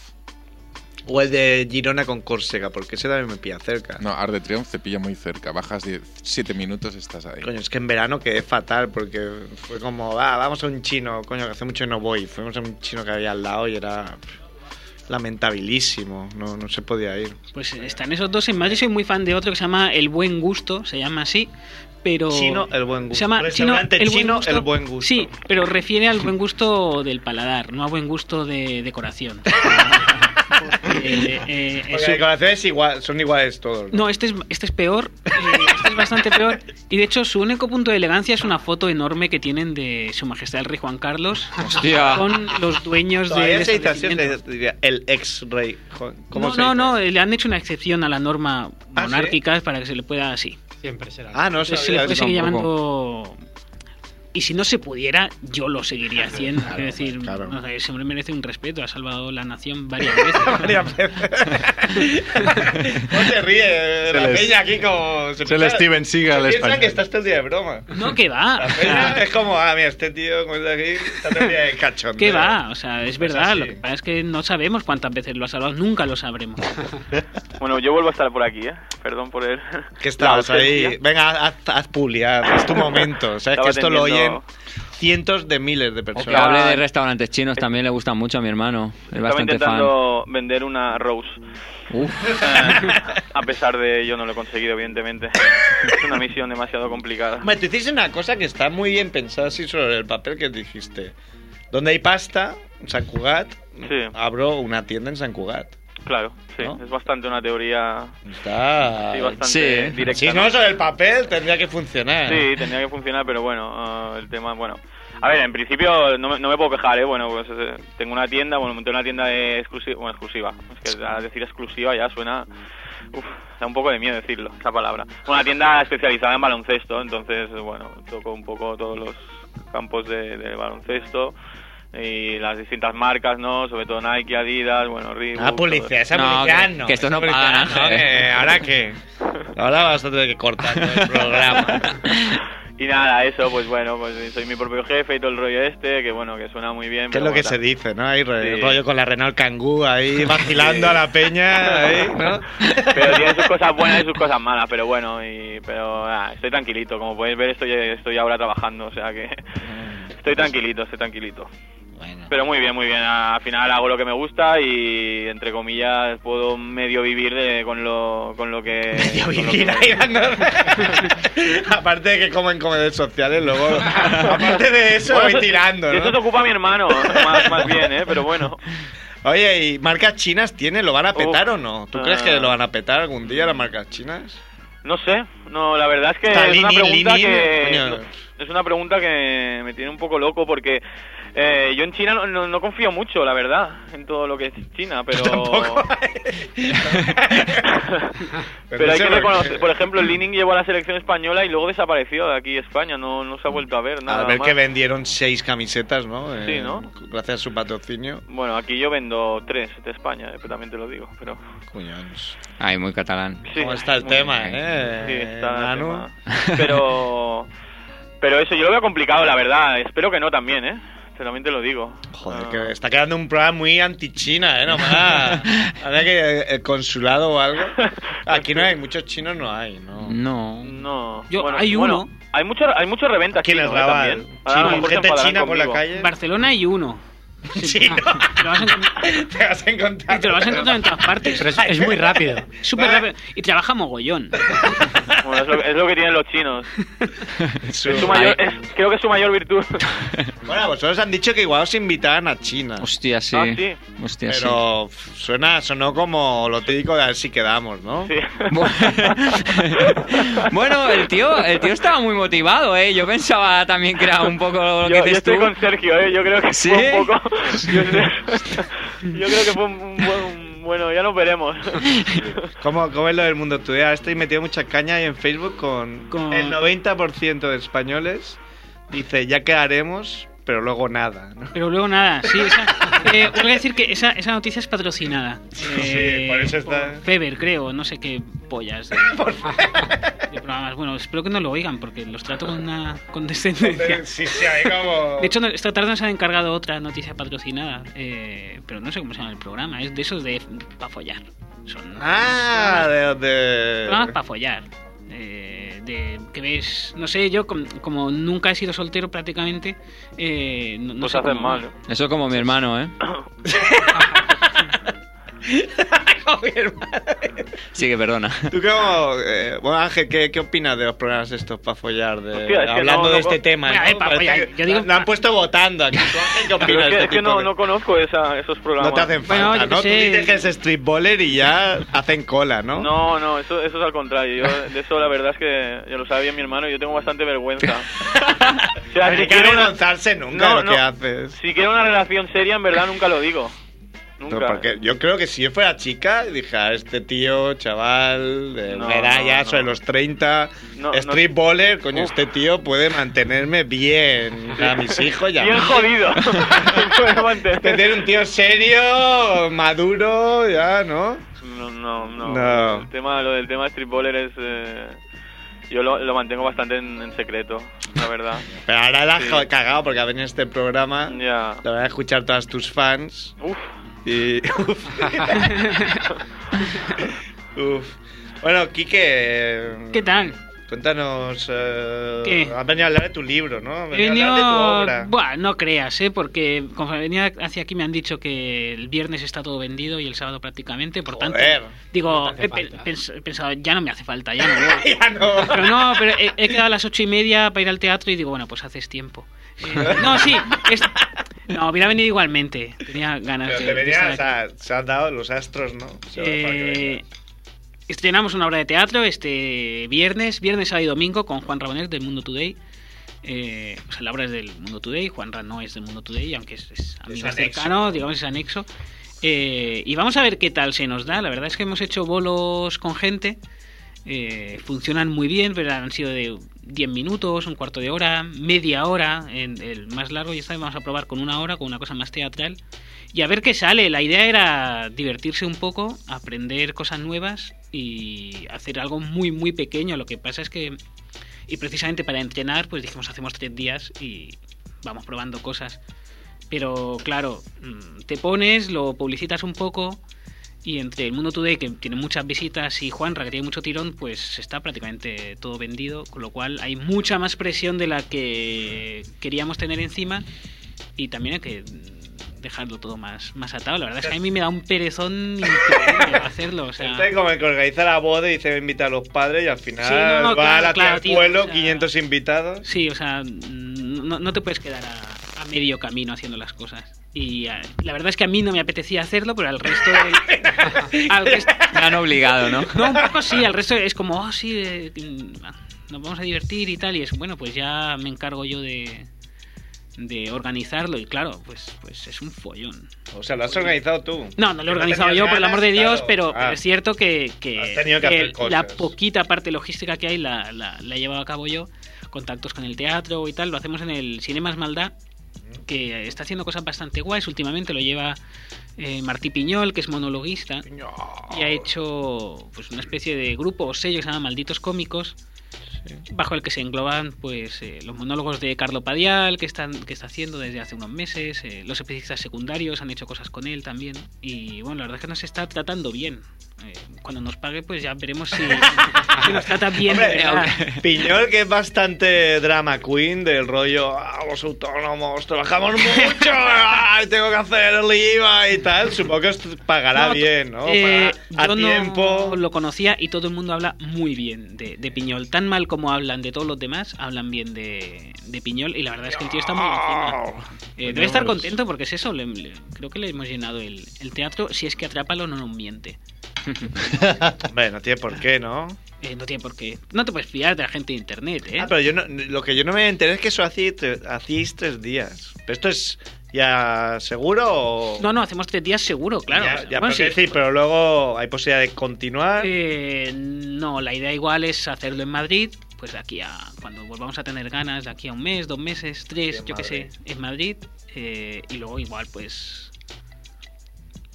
A: o el de Girona con Córcega? Porque ese también me pilla cerca.
B: No, Arc de Triumph te pilla muy cerca. Bajas 7 minutos, estás ahí.
A: Coño, es que en verano quedé fatal porque fue como, va, vamos a un chino, coño, que hace mucho que no voy. Fuimos a un chino que había al lado y era pff, lamentabilísimo, no, no se podía ir.
J: Pues están esos dos en Madrid. Soy muy fan de otro que se llama El Buen Gusto, se llama así. Pero
A: Chino, El Buen Gusto.
J: Se llama chino,
A: Restaurante
J: el
A: chino,
J: buen gusto.
A: El Buen Gusto.
J: Sí, pero refiere al buen gusto del paladar, no a buen gusto de decoración. Eh, eh,
A: Porque
J: es
A: las
J: un-
A: decoraciones igual, son iguales todos. ¿no?
J: no, este es, este es peor, eh, este es bastante peor. Y de hecho, su único punto de elegancia es una foto enorme que tienen de Su Majestad el Rey Juan Carlos
D: Hostia.
J: con los dueños
A: Todavía
J: de.
A: se dice así, le diría, el ex rey. jo- ¿Cómo
J: No,
A: se
J: no,
A: dice?
J: no, eh, le han hecho una excepción a la norma
A: ¿Ah, sí?
J: monárquica para que se le pueda así.
L: Siempre será.
A: Ah, no,
J: Entonces se
A: sabía
J: le puede
A: eso
J: seguir
A: tampoco.
J: llamando. Y si no se pudiera, yo lo seguiría haciendo. es decir,
A: claro.
J: no sé, siempre merece un respeto, ha salvado la nación varias veces.
A: Varias veces. no te ríes, la
G: les-
A: peña aquí como... Se,
G: Se le Steven Seagal
A: se piensa
G: español.
A: que estás todo el día de broma.
J: No, que va.
A: La
J: o sea,
A: peña es como, ah, mira, este tío, como está aquí, está todo el día de cachón.
J: ¿Qué va? O sea, es
A: Pues
J: verdad.
A: así.
J: Lo que pasa es que no sabemos cuántas veces lo ha salvado. Nunca lo sabremos.
I: Bueno, yo vuelvo a estar por aquí, ¿eh? Perdón por el...
A: Que estabas
I: la ausencia.
A: ahí. Venga, haz, haz puli, haz- es tu momento. Sabes
I: Estaba
A: que esto lo oyen
I: atendiendo-
A: cientos de miles de personas.
D: Que hable de restaurantes chinos también le gustan mucho a mi hermano. Es
I: Estaba
D: bastante fan.
I: intentando vender una Rose.
D: Uf.
I: Eh, a pesar de ello no lo he conseguido, evidentemente. Es una misión demasiado complicada.
A: Hombre, tú hiciste una cosa que está muy bien pensada así sobre el papel que dijiste. Donde hay pasta, en San Cugat,
I: Sí.
A: abro una tienda en San Cugat.
I: Claro, sí.
A: ¿No?
I: Es bastante una teoría
A: Está...
I: sí, bastante
D: sí.
I: directa.
A: Si no sobre el papel, tendría que funcionar.
I: Sí, tenía que funcionar, pero bueno, ah, el tema, bueno. A ver, en principio no me, no me puedo quejar, ¿eh? Bueno, pues eh, tengo una tienda, bueno, monté una tienda de exclusiva, bueno, exclusiva. Es que a decir exclusiva ya suena... Uf, da un poco de miedo decirlo, esa palabra. Una tienda especializada en baloncesto, entonces, bueno, toco un poco todos los campos de, de baloncesto y las distintas marcas, ¿no? Sobre todo Nike, Adidas, bueno, Reebok...
A: Ah,
I: todo
A: publicidad, esa
D: No,
A: publicidad
D: que-
A: no.
D: que esto no
A: Esa publicidad
D: paga, ¿eh?
A: no,
D: Ángel.
A: que ¿Ahora qué? Ahora vas a tener que cortar todo el programa.
I: Y nada, eso, pues bueno, pues soy mi propio jefe y todo el rollo este, que bueno, que suena muy bien.
A: ¿Qué es
I: pero
A: lo que
I: bueno,
A: se dice, no? Hay re-
I: Sí.
A: rollo con la Renault Kangoo ahí vacilando a la peña, ahí, ¿no?
I: Pero tiene sus cosas buenas y sus cosas malas, pero bueno, y, pero nada, estoy tranquilito. Como podéis ver, estoy, estoy ahora trabajando, o sea que estoy tranquilito, estoy tranquilito.
A: Bueno.
I: Pero muy bien, muy bien. Al final hago lo que me gusta y, entre comillas, puedo medio vivir de- con, lo, con lo que...
A: Yo
I: con lo
A: vivir
I: que-
A: ahí dando... aparte de que como en comedores sociales, luego... Aparte de eso,
I: Bueno,
A: voy tirando,
I: Eso te
A: ¿no?
I: ocupa mi hermano, más, más bien, ¿eh? Pero bueno.
A: Oye, ¿y marcas chinas tiene? ¿Lo van a petar
I: Uf,
A: o no? ¿Tú
I: ah.
A: crees que lo van a petar algún día las marcas chinas?
I: No sé, no, la verdad es que
A: Está
I: es una
A: Lini,
I: pregunta
A: Lini,
I: que
A: coño.
I: no, es una pregunta que me tiene un poco loco porque eh, yo en China no, no- no confío mucho, la verdad, en todo lo que es China, pero
A: Tampoco.
I: pero hay
A: eso
I: que
A: no-
I: reconocer, por ejemplo, Lining llegó a la selección española y luego desapareció de aquí a España, no, no se ha vuelto a ver nada
A: A ver
I: más.
A: que vendieron seis camisetas, ¿no? Eh,
I: Sí, ¿no?
A: Gracias a su patrocinio.
I: Bueno, aquí yo vendo tres de España, eh, también te lo digo, pero
A: Cuñados.
D: Ay, muy catalán.
I: Sí,
A: ¿Cómo está el
I: muy
A: tema,
D: bien.
A: eh?
I: Sí, está el
A: Manu?
I: tema. Pero, pero eso yo lo veo complicado, la verdad. Espero que no también, ¿eh? Te- También te lo digo.
A: Joder,
I: Ah,
A: que está quedando un programa muy anti-China, ¿eh? Nomás. Habrá que el consulado o algo. Aquí no hay, muchos chinos no hay, ¿no.
D: No.
I: No.
J: Yo- hay uno.
I: Mm. hay mucho, hay mucho reventa
A: ¿Quién
I: chino,
A: les
I: ¿eh?
A: daba?
I: también. Ahora a lo
A: ¿Chino?
I: mejor se
A: ¿Gente
I: enfadarán
A: china por la
I: conmigo.
A: calle?
J: Barcelona hay uno.
A: Sí.
J: Lo vas a encon-
A: Te vas a encontrar.
J: y te lo vas a encontrar en todas partes.
C: Pero es, es muy rápido.
J: Súper rápido. Y trabaja mogollón.
I: Bueno, es, lo, es lo que tienen los chinos.
A: Su-
I: Es su mayor- es- creo que es su mayor virtud.
A: Bueno, vosotros han dicho que igual os invitaban a China.
D: Hostia, sí.
I: Ah, sí.
D: Hostia, sí.
A: Pero pf, suena, sonó como lo típico de así quedamos, ¿no?
I: Sí.
D: bueno, el tío, el tío estaba muy motivado, ¿eh? Yo pensaba también que era un poco lo que
I: Yo, yo
D: dices
I: estoy
D: tú.
I: con Sergio, ¿eh? yo creo que
D: ¿Sí?
I: fue un poco. Yo, yo creo que fue un, un buen. un- bueno, ya nos veremos.
A: ¿Cómo, cómo es lo del mundo estudiar? Estoy metido mucha caña ahí en Facebook con,
J: Con-
A: el 90% de españoles. Dice, ya quedaremos, pero luego nada. ¿no?
J: Pero luego nada, sí. Esa, eh, os voy a decir que esa, esa noticia es patrocinada. Eh,
A: sí, por eso está-
J: por Feber, creo, no sé qué pollas. De, de programas. Bueno, espero que no lo oigan porque los trato con una condescendencia.
A: Sí, sí, ahí como...
J: De hecho, no- esta tarde nos han encargado otra noticia patrocinada, eh, pero no sé cómo se llama el programa. Es de esos de para follar. Son
A: Ah, de... de-
J: programas para Ah, follar. Eh, de que ves, no sé, yo com- como nunca he sido soltero prácticamente, eh, no, no
I: Pues
J: sé
I: hacen
J: cómo-
I: mal. ¿eh?
D: Eso como mi hermano, ¿eh? Sí, que perdona.
A: ¿Tú cómo, eh, bueno, Ángel, ¿qué, ¿qué opinas de los programas estos para follar? De,
I: Hostia, es que
A: hablando
I: no-
A: de
I: no-
A: este tema,
J: Mira,
A: ¿no?
J: eh, pa'
A: Parece
J: follar,
A: que
J: yo digo-
A: la- la han puesto votando aquí. ¿Tú, Ángel, ¿Qué
I: Pero
A: opinas
I: es
A: de
I: que,
A: este
I: es que
A: tipo
I: no,
A: de-
I: no conozco esa, esos programas.
A: No te hacen
J: Bueno,
A: falta,
J: yo qué
A: ¿no? Tú
J: sé.
A: dices que es street baller y ya hacen cola, ¿no?
I: No, no, eso, eso es al contrario. Yo, de eso la verdad es que ya lo sabe bien mi hermano y yo tengo bastante vergüenza. O sea,
A: Pero
I: si
A: hay que
I: quiero una-
A: lanzarse nunca
I: No,
A: lo que
I: no.
A: haces.
I: si quiero una relación seria, en verdad nunca lo digo. Nunca.
A: No, porque yo creo que si yo fuera chica, dije a este tío, chaval, de
I: No,
A: una edad
I: no,
A: ya
I: no.
A: sobre los 30,
I: No,
A: street
I: no.
A: baller, coño,
I: Uf.
A: este tío puede mantenerme bien a mis hijos y a
I: Bien
A: mí.
I: jodido. No me lo mantengo.
A: Tener un tío serio, maduro, ya, ¿no?
I: No, no, no.
A: No.
I: El tema, lo del tema strip baller es... eh, yo lo, lo mantengo bastante en, en secreto, la verdad.
A: Pero ahora la has
I: Sí.
A: jo- cagado porque ha venido este programa.
I: Ya.
A: Lo van a escuchar todas tus fans.
I: Uf.
A: Y. Uf. Uf. Bueno, Quique.
J: ¿Qué tal?
A: Cuéntanos. eh,
J: ¿Qué?
A: Has venido a hablar de tu libro, ¿no? Has
J: He
A: venido a hablar de tu obra.
J: venido- Buah, no creas, ¿eh? porque conforme venía hacia aquí me han dicho que el viernes está todo vendido y el sábado prácticamente, por
A: Joder.
J: tanto, digo,
C: No te
J: he,
C: hace
J: pe-
C: falta.
J: pens- he pensado, ya no me hace falta, ya no voy.
A: ya no.
J: Pero no, pero he, he quedado a las ocho y media para ir al teatro y digo, bueno, pues haces tiempo. Eh, no, sí, es- no, hubiera venido igualmente, tenía ganas
A: Pero
J: de- de
A: te
J: estar
A: venía, o
J: aquí.
A: sea, se han dado los astros, ¿no? Se- para que
J: Eh,
A: vengas.
J: estrenamos una obra de teatro este viernes, viernes, sábado y domingo con Juan Rabanel del Mundo Today. Eh, o sea, la obra es del Mundo Today, Juan Ra no es del Mundo Today, aunque es, es a mí
A: Es
J: más
A: anexo.
J: cercano, digamos es anexo. Eh, y vamos a ver qué tal se nos da. La verdad es que hemos hecho bolos con gente. Eh, funcionan muy bien, pero han sido de 10 minutos, un cuarto de hora, media hora, en el más largo. Y esta vez vamos a probar con una hora, con una cosa más teatral. Y a ver qué sale. La idea era divertirse un poco, aprender cosas nuevas y hacer algo muy, muy pequeño. Lo que pasa es que. Y precisamente para entrenar, pues dijimos hacemos tres días y vamos probando cosas. Pero claro, mm, te pones, lo publicitas un poco y entre el Mundo Today, que tiene muchas visitas, y Juanra, que tiene mucho tirón, pues está prácticamente todo vendido, con lo cual hay mucha más presión de la que queríamos tener encima y también hay que mm, dejarlo todo más, más atado. La verdad es que a mí me da un perezón increíble hacerlo. O sea,
A: Esto es como el que organiza la boda y dice me invita a los padres y al final
J: Sí, no, no,
A: Ah, va
J: claro,
A: a la tía
J: claro,
A: del
J: tío,
A: pueblo,
J: o sea-
A: 500 invitados.
J: Sí, o sea, mm, no, no te puedes quedar a, a medio camino haciendo las cosas. Y ah, la verdad es que a mí no me apetecía hacerlo, pero al resto del- al resto-
D: Me han obligado, ¿no?
J: No, un poco sí, al resto es como, ah, sí, eh, mm, nos vamos a divertir y tal. Y es, bueno, pues ya me encargo yo de, de organizarlo. Y claro, pues, pues es un follón.
A: O sea, lo has organizado tú.
J: No, no lo he
A: Que
J: organizado
A: tenías
J: yo, por el
A: ganas,
J: amor de Dios,
A: claro.
J: pero,
A: Ah.
J: pero es cierto que, que-
A: Has tenido que
J: que
A: hacer cosas.
J: la poquita parte logística que hay la, la, la he llevado a cabo yo, contactos con el teatro y tal, lo hacemos en el Cinemas Maldad, que está haciendo cosas bastante guays, últimamente lo lleva eh, Martí Piñol, que es monologuista, y ha hecho pues una especie de grupo o sello que se llama Malditos Cómicos, bajo el que se engloban pues eh, los monólogos de Carlo Padial que están que está haciendo desde hace unos meses eh, los especialistas secundarios han hecho cosas con él también y bueno la verdad es que nos está tratando bien eh, cuando nos pague, pues ya veremos si, si nos trata bien. de
A: Hombre,
J: verdad.
A: Piñol, que es bastante drama queen del rollo, "Ah, los autónomos, trabajamos mucho, ay, tengo que hacer el IVA y tal. Supongo que os pagará
J: No,
A: bien, ¿no?
J: eh,
A: Pagará a
J: yo no
A: tiempo.
J: lo conocía y todo el mundo habla muy bien de, de Piñol. Tan mal como hablan de todos los demás, hablan bien de, de Piñol y la verdad es que el tío está muy encima. Eh, debe estar contento porque es eso, le- le- creo que le hemos llenado el, el teatro. Si es que Atrápalo no nos miente.
A: Hombre, no tiene por qué, ¿no?
J: Eh, no tiene por qué. No te puedes fiar de la gente de internet, ¿eh?
A: Ah, pero yo no- lo que yo no me enteré es que eso hacía tre- hacíais tres días. ¿Pero esto es ya seguro o...?
J: No, no, hacemos tres días seguro, claro.
A: Ya,
J: Bueno,
A: ya, pero,
J: sí.
A: quiero decir, pero luego hay posibilidad de continuar.
J: Eh, no, la idea igual es hacerlo en Madrid, pues de aquí a cuando volvamos a tener ganas, de aquí a un mes, dos meses, tres,
A: en
J: yo qué sé,
A: Madrid.
J: en Madrid. eh, y luego igual pues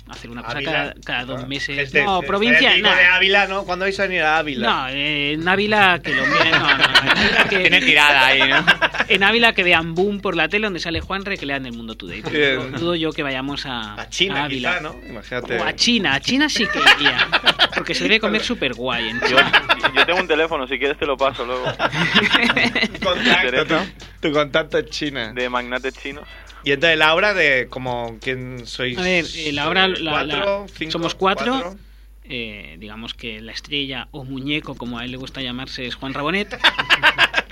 J: hacer una cosa
A: Ávila.
J: cada, cada dos
A: Ah,
J: meses.
A: Este-
J: no,
A: este-
J: provincia,
A: digo
J: nada.
A: de Ávila, ¿no? ¿Cuándo vais a venir a Ávila?
J: No, eh, en Ávila que lo miren, no, no, en Ávila que-
D: Tiene tirada ahí, ¿no?
J: en Ávila que vean Boom por la tele donde sale Juanre que lean el Mundo Today. pero
A: Bien.
J: no Dudo yo que vayamos a,
A: A China,
J: a Ávila.
A: quizá, ¿no? Imagínate.
J: O a China, a China sí que iría. Porque se debe comer súper guay en
I: Yo,
J: China.
I: yo tengo un teléfono, si quieres te lo paso luego.
A: Tu contacto, tu- tu contacto es China.
I: De magnates chinos.
A: Y entonces Laura, de como quién sois.
J: A ver, eh, la obra-
A: Eh,
J: la- la-
A: cuatro, cinco,
J: somos cuatro. Eh, digamos que la estrella o muñeco, como a él le gusta llamarse, es Juan Rabonet.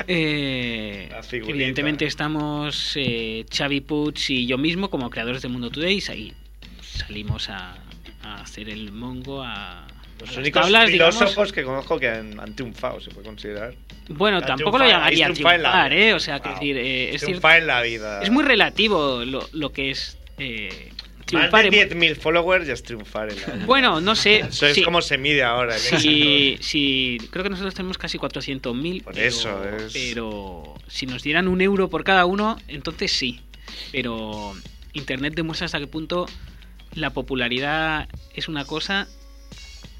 J: Eh,
A: La figurita.
J: evidentemente estamos eh, Xavi Puig y yo mismo como creadores de Mundo Today. y Ahí salimos a, a hacer el mongo a... a
A: Los
J: las
A: únicos
J: tablas, digamos.
A: filósofos que conozco que han, han triunfado, se puede considerar.
J: Bueno,
A: Han
J: tampoco lo
A: triunfado,
J: llamaría
A: habéis triunfado en la
J: triunfar,
A: vida.
J: ¿eh? O sea, que
A: Wow.
J: decir, eh, es, cierto-
A: triunfar en la vida.
J: es muy relativo lo, lo que es eh,
A: Más
J: triunfar.
A: de
J: en-
A: 10.000 followers ya es triunfar en la vida.
J: Bueno, no sé.
A: Eso es
J: sí.
A: como se mide ahora. que
J: si, si- creo que nosotros tenemos casi 400.000.
A: Por
J: pero-
A: eso es-
J: Pero si nos dieran un euro por cada uno, entonces sí. Pero Internet demuestra hasta qué punto la popularidad es una cosa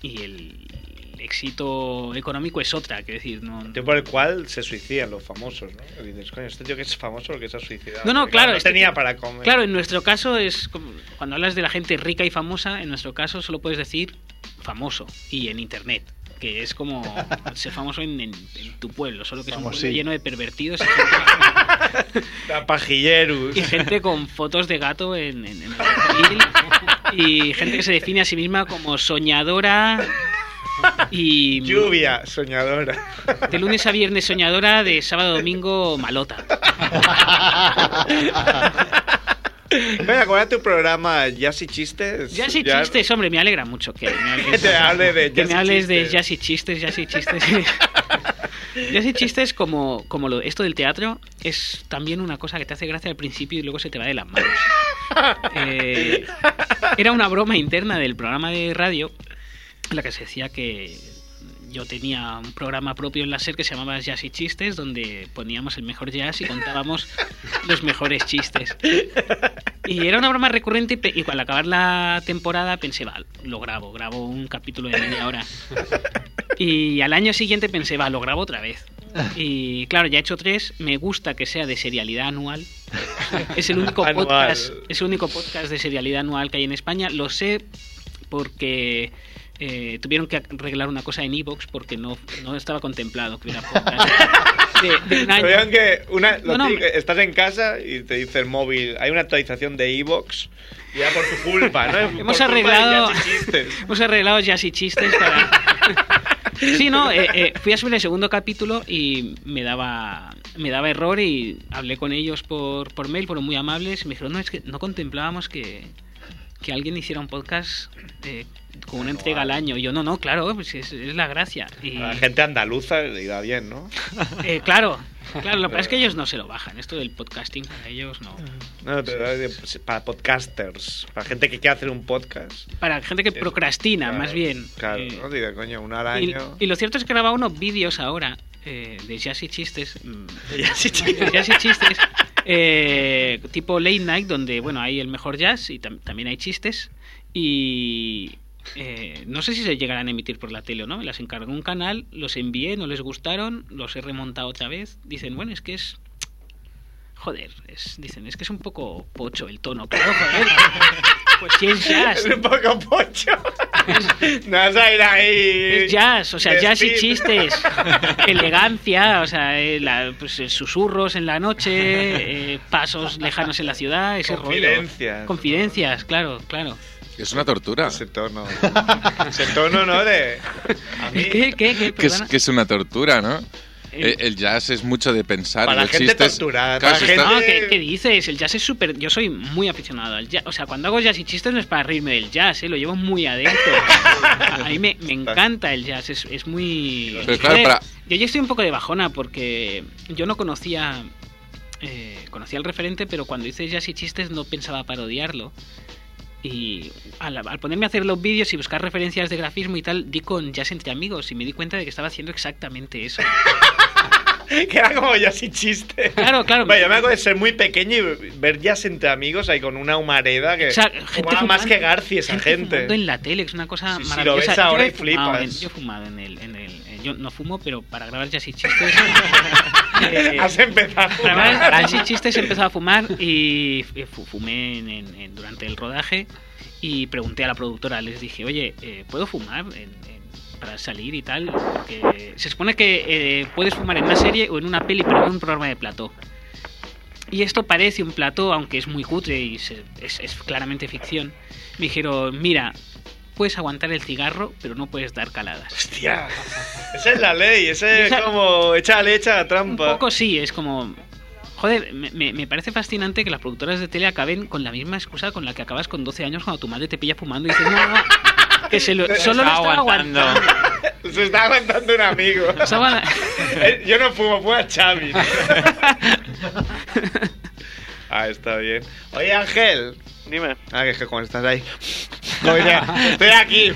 J: y el éxito económico es otra. Que decir, no.
A: Tío por el cual se suicidan los famosos, ¿no? Y dices, coño, este tío que es famoso porque se ha suicidado.
J: No, no,
A: Porque
J: claro,
A: No
J: este
A: tenía
J: tío-
A: para comer.
J: Claro, en nuestro caso es como- cuando hablas de la gente rica y famosa, en nuestro caso solo puedes decir famoso y en internet, que es como ser famoso en, en- en tu pueblo, solo que es un pueblo
G: Famosillo.
J: lleno de pervertidos y gente,
A: Era Pajillerus.
J: y gente con fotos de gato en, en- en el perfil, y gente que se define a sí misma como soñadora y
A: Lluvia, soñadora.
J: de lunes a viernes soñadora, de sábado a domingo malota.
A: Venga, ¿cuál era tu programa? ¿Ya si chistes?
J: Ya sí chistes, hombre, me alegra mucho que me hables,
A: Que te hable de
J: que
A: jazz
J: me
A: y
J: hables de
A: chistes.
J: jazz y chistes, jazz y chistes. jazz y chistes como, como lo, esto del teatro es también una cosa que te hace gracia al principio y luego se te va de las manos. Eh, era una broma interna del programa de radio en la que se decía que yo tenía un programa propio en la SER que se llamaba Jazz y Chistes, donde poníamos el mejor jazz y contábamos los mejores chistes. Y era una broma recurrente y pe- y al acabar la temporada pensé, va, lo grabo, grabo un capítulo de media hora. Y al año siguiente pensé, va, lo grabo otra vez. Y claro, ya he hecho tres, me gusta que sea de serialidad anual. Es el único
A: Anual.
J: podcast, es el único podcast de serialidad anual que hay en España. Lo sé porque eh, tuvieron que arreglar una cosa en Evox porque no, no estaba contemplado que hubiera podcast de, de un año.
A: Tuvieron que una, lo
J: No, no,
A: típico,
J: hombre.
A: estás en casa y te dice el móvil, hay una actualización de Evox y era por tu culpa, ¿no? Por
J: Hemos
A: culpa de
J: arreglado-
A: jazz y chistes.
J: Hemos arreglado ya así chistes para... Sí, no, eh, eh, fui a subir el segundo capítulo y me daba me daba error y hablé con ellos por, por mail, fueron muy amables y me dijeron, no, es que no contemplábamos que, que alguien hiciera un podcast eh, con una entrega al año. Y yo, no, no, claro, pues es, es la gracia. Y,
A: A la gente andaluza le iba bien, ¿no?
J: eh, claro, claro, lo que pasa es que ellos no se lo bajan, esto del podcasting para ellos no.
A: No, pero- pues, para podcasters, para gente que quiere hacer un podcast.
J: Para gente que
A: Es-
J: procrastina,
A: Claro,
J: más bien.
A: Claro,
J: Eh,
A: no diga, coño, un al
J: Y,
A: año.
J: y lo cierto es que grababa unos vídeos ahora eh, de jazz y chistes. mm,
A: Jazz y chistes.
J: de jazz y chistes. eh, tipo late night, donde bueno hay el mejor jazz y tam- también hay chistes. Y eh, no sé si se llegarán a emitir por la tele o no. Me las encargó un canal, los envié, no les gustaron, los he remontado otra vez. Dicen, bueno, es que es. Joder, es- dicen, es que es un poco pocho el tono. Claro, joder. Pues si es jazz,
A: Es un poco pocho. No vas a ir ahí.
J: Es jazz, o sea, jazz y
A: Speed.
J: chistes, elegancia, o sea, eh, la- pues, eh, susurros en la noche, eh, pasos lejanos en la ciudad, ese
A: Confidencias.
J: rollo. Confidencias, claro, claro.
B: Es una tortura. Ese
A: tono. Ese tono, ¿no? De...
J: ¿Qué, qué, qué?
B: Que es,
J: Perdona.
B: que es una tortura, ¿no? Eh, El jazz es mucho de pensar.
A: Para
B: los
A: la gente
B: chistes-
A: torturada,
B: Claro,
A: para
B: si
A: gente-
B: está-
J: No, ¿qué, qué dices? El jazz es súper... Yo soy muy aficionado al jazz. O sea, cuando hago jazz y chistes no es para reírme del jazz, ¿eh? Lo llevo muy adentro. A mí me, me encanta el jazz, es, es muy...
B: Pero claro,
J: Joder,
B: para-
J: Yo ya estoy un poco de bajona porque yo no conocía... eh, conocía el referente, pero cuando hice jazz y chistes no pensaba parodiarlo. Y al, al ponerme a hacer los vídeos y buscar referencias de grafismo y tal, di con jazz entre amigos y me di cuenta de que estaba haciendo exactamente eso.
A: Que era como ya sin chiste.
J: Claro, claro.
A: Bueno, yo me acuerdo de ser muy pequeño y ver ya entre amigos ahí con una humareda que.
J: O sea,
A: fumaba
J: gente
A: más
J: fumando,
A: que Garci esa gente.
J: fumando en la tele, es una cosa
A: Sí, sí,
J: maravillosa.
A: lo ves ahora
J: yo he
A: y
J: fumado
A: flipas.
J: en- yo he fumado en el, en el- eh, Yo no fumo, pero para grabar jazz y chistes. eh,
A: Has empezado. a
J: para
A: fumar.
J: grabar jazz y chistes he empezado a fumar y eh, fu- fumé en- en- en- durante el rodaje y pregunté a la productora, les dije, oye, eh, ¿puedo fumar en- en- para salir y tal? Porque se supone que eh, puedes fumar en una serie o en una peli, pero no en un programa de plató. Y esto parece un plató, aunque es muy cutre y se- es, es claramente ficción. Me dijeron, mira, puedes aguantar el cigarro, pero no puedes dar caladas.
A: Hostia. Esa es la ley, ese es
J: Esa-
A: como. Échale, echa la
J: Un
A: trampa.
J: poco sí, es como... Joder, me, me- me parece fascinante que las productoras de tele acaben con la misma excusa con la que acabas con 12 años cuando tu madre te pilla fumando y dices, no, no, que se lo, solo lo estaba aguantando.
A: Se está aguantando un amigo.
J: Estaba-
A: Eh, Yo no fumo, fumo a Xavi. ah, está bien. Oye, Ángel.
I: Dime.
A: Ah, que es que como estás ahí. Como diría, Estoy aquí.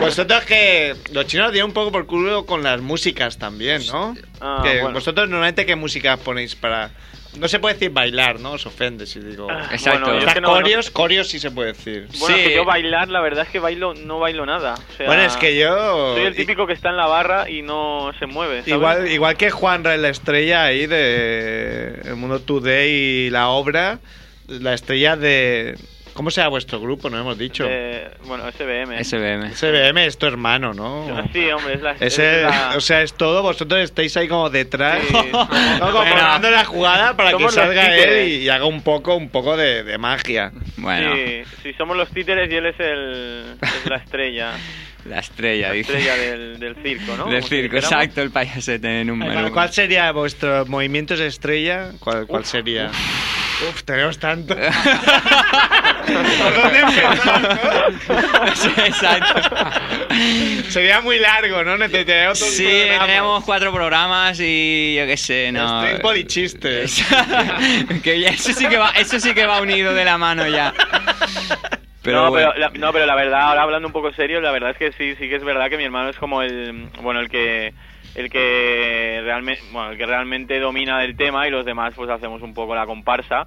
A: Vosotros que. Los chinos tienen un poco por culo con las músicas también, ¿no?
I: Ah,
A: Que
I: bueno.
A: Vosotros normalmente qué músicas ponéis para. No se puede decir bailar, ¿no? Os ofende si digo.
D: Exacto.
I: Ah, Bueno, yo es que no-
A: Corios, corios sí se puede decir.
I: Bueno,
D: Sí.
I: que yo bailar, la verdad es que bailo, no bailo nada. O sea,
A: Bueno, es que yo.
I: Soy el típico que está en la barra y no se mueve. ¿sabes?
A: Igual, igual que Juan la estrella ahí de El Mundo Today y la obra, la estrella de. ¿Cómo se llama vuestro grupo? No hemos dicho.
I: Eh, bueno, SBM.
D: SBM.
A: SBM es tu hermano, ¿no?
I: Sí, hombre, es la.
A: Es
I: es
A: el-
I: la-
A: o sea, es todo, vosotros estáis ahí como detrás,
I: Sí.
A: ¿no? como
I: Bueno.
A: preparando la jugada para que
I: Somos los
A: salga él
I: títeres.
A: y, y haga un poco, un poco de, de magia.
D: Bueno,
I: Sí, sí, somos los títeres y él es, el, es la estrella.
D: la estrella,
I: la
D: dice.
I: estrella del, del circo, ¿no?
D: Del
I: Como si
D: circo,
I: dijéramos.
D: exacto, el payasete número
A: Bueno,
D: uno.
A: ¿Cuál sería vuestro movimiento de estrella? ¿Cuál, cuál sería? Uf, tenemos tanto. ¿Por dónde empezar, no?
D: Sí, Exacto.
A: Sería muy largo, ¿no? Necesitaría otro
D: Sí,
A: programa.
D: tenemos cuatro programas y yo qué sé, no.
A: Estoy polichistes.
D: que ya- eso sí que va, eso sí que va unido de la mano ya. Pero
I: no,
D: bueno.
I: pero la, no, pero la verdad, ahora hablando un poco serio, la verdad es que sí, sí que es verdad que mi hermano es como el, bueno, el que, el que realmente, bueno, el que realmente domina el tema y los demás pues hacemos un poco la comparsa.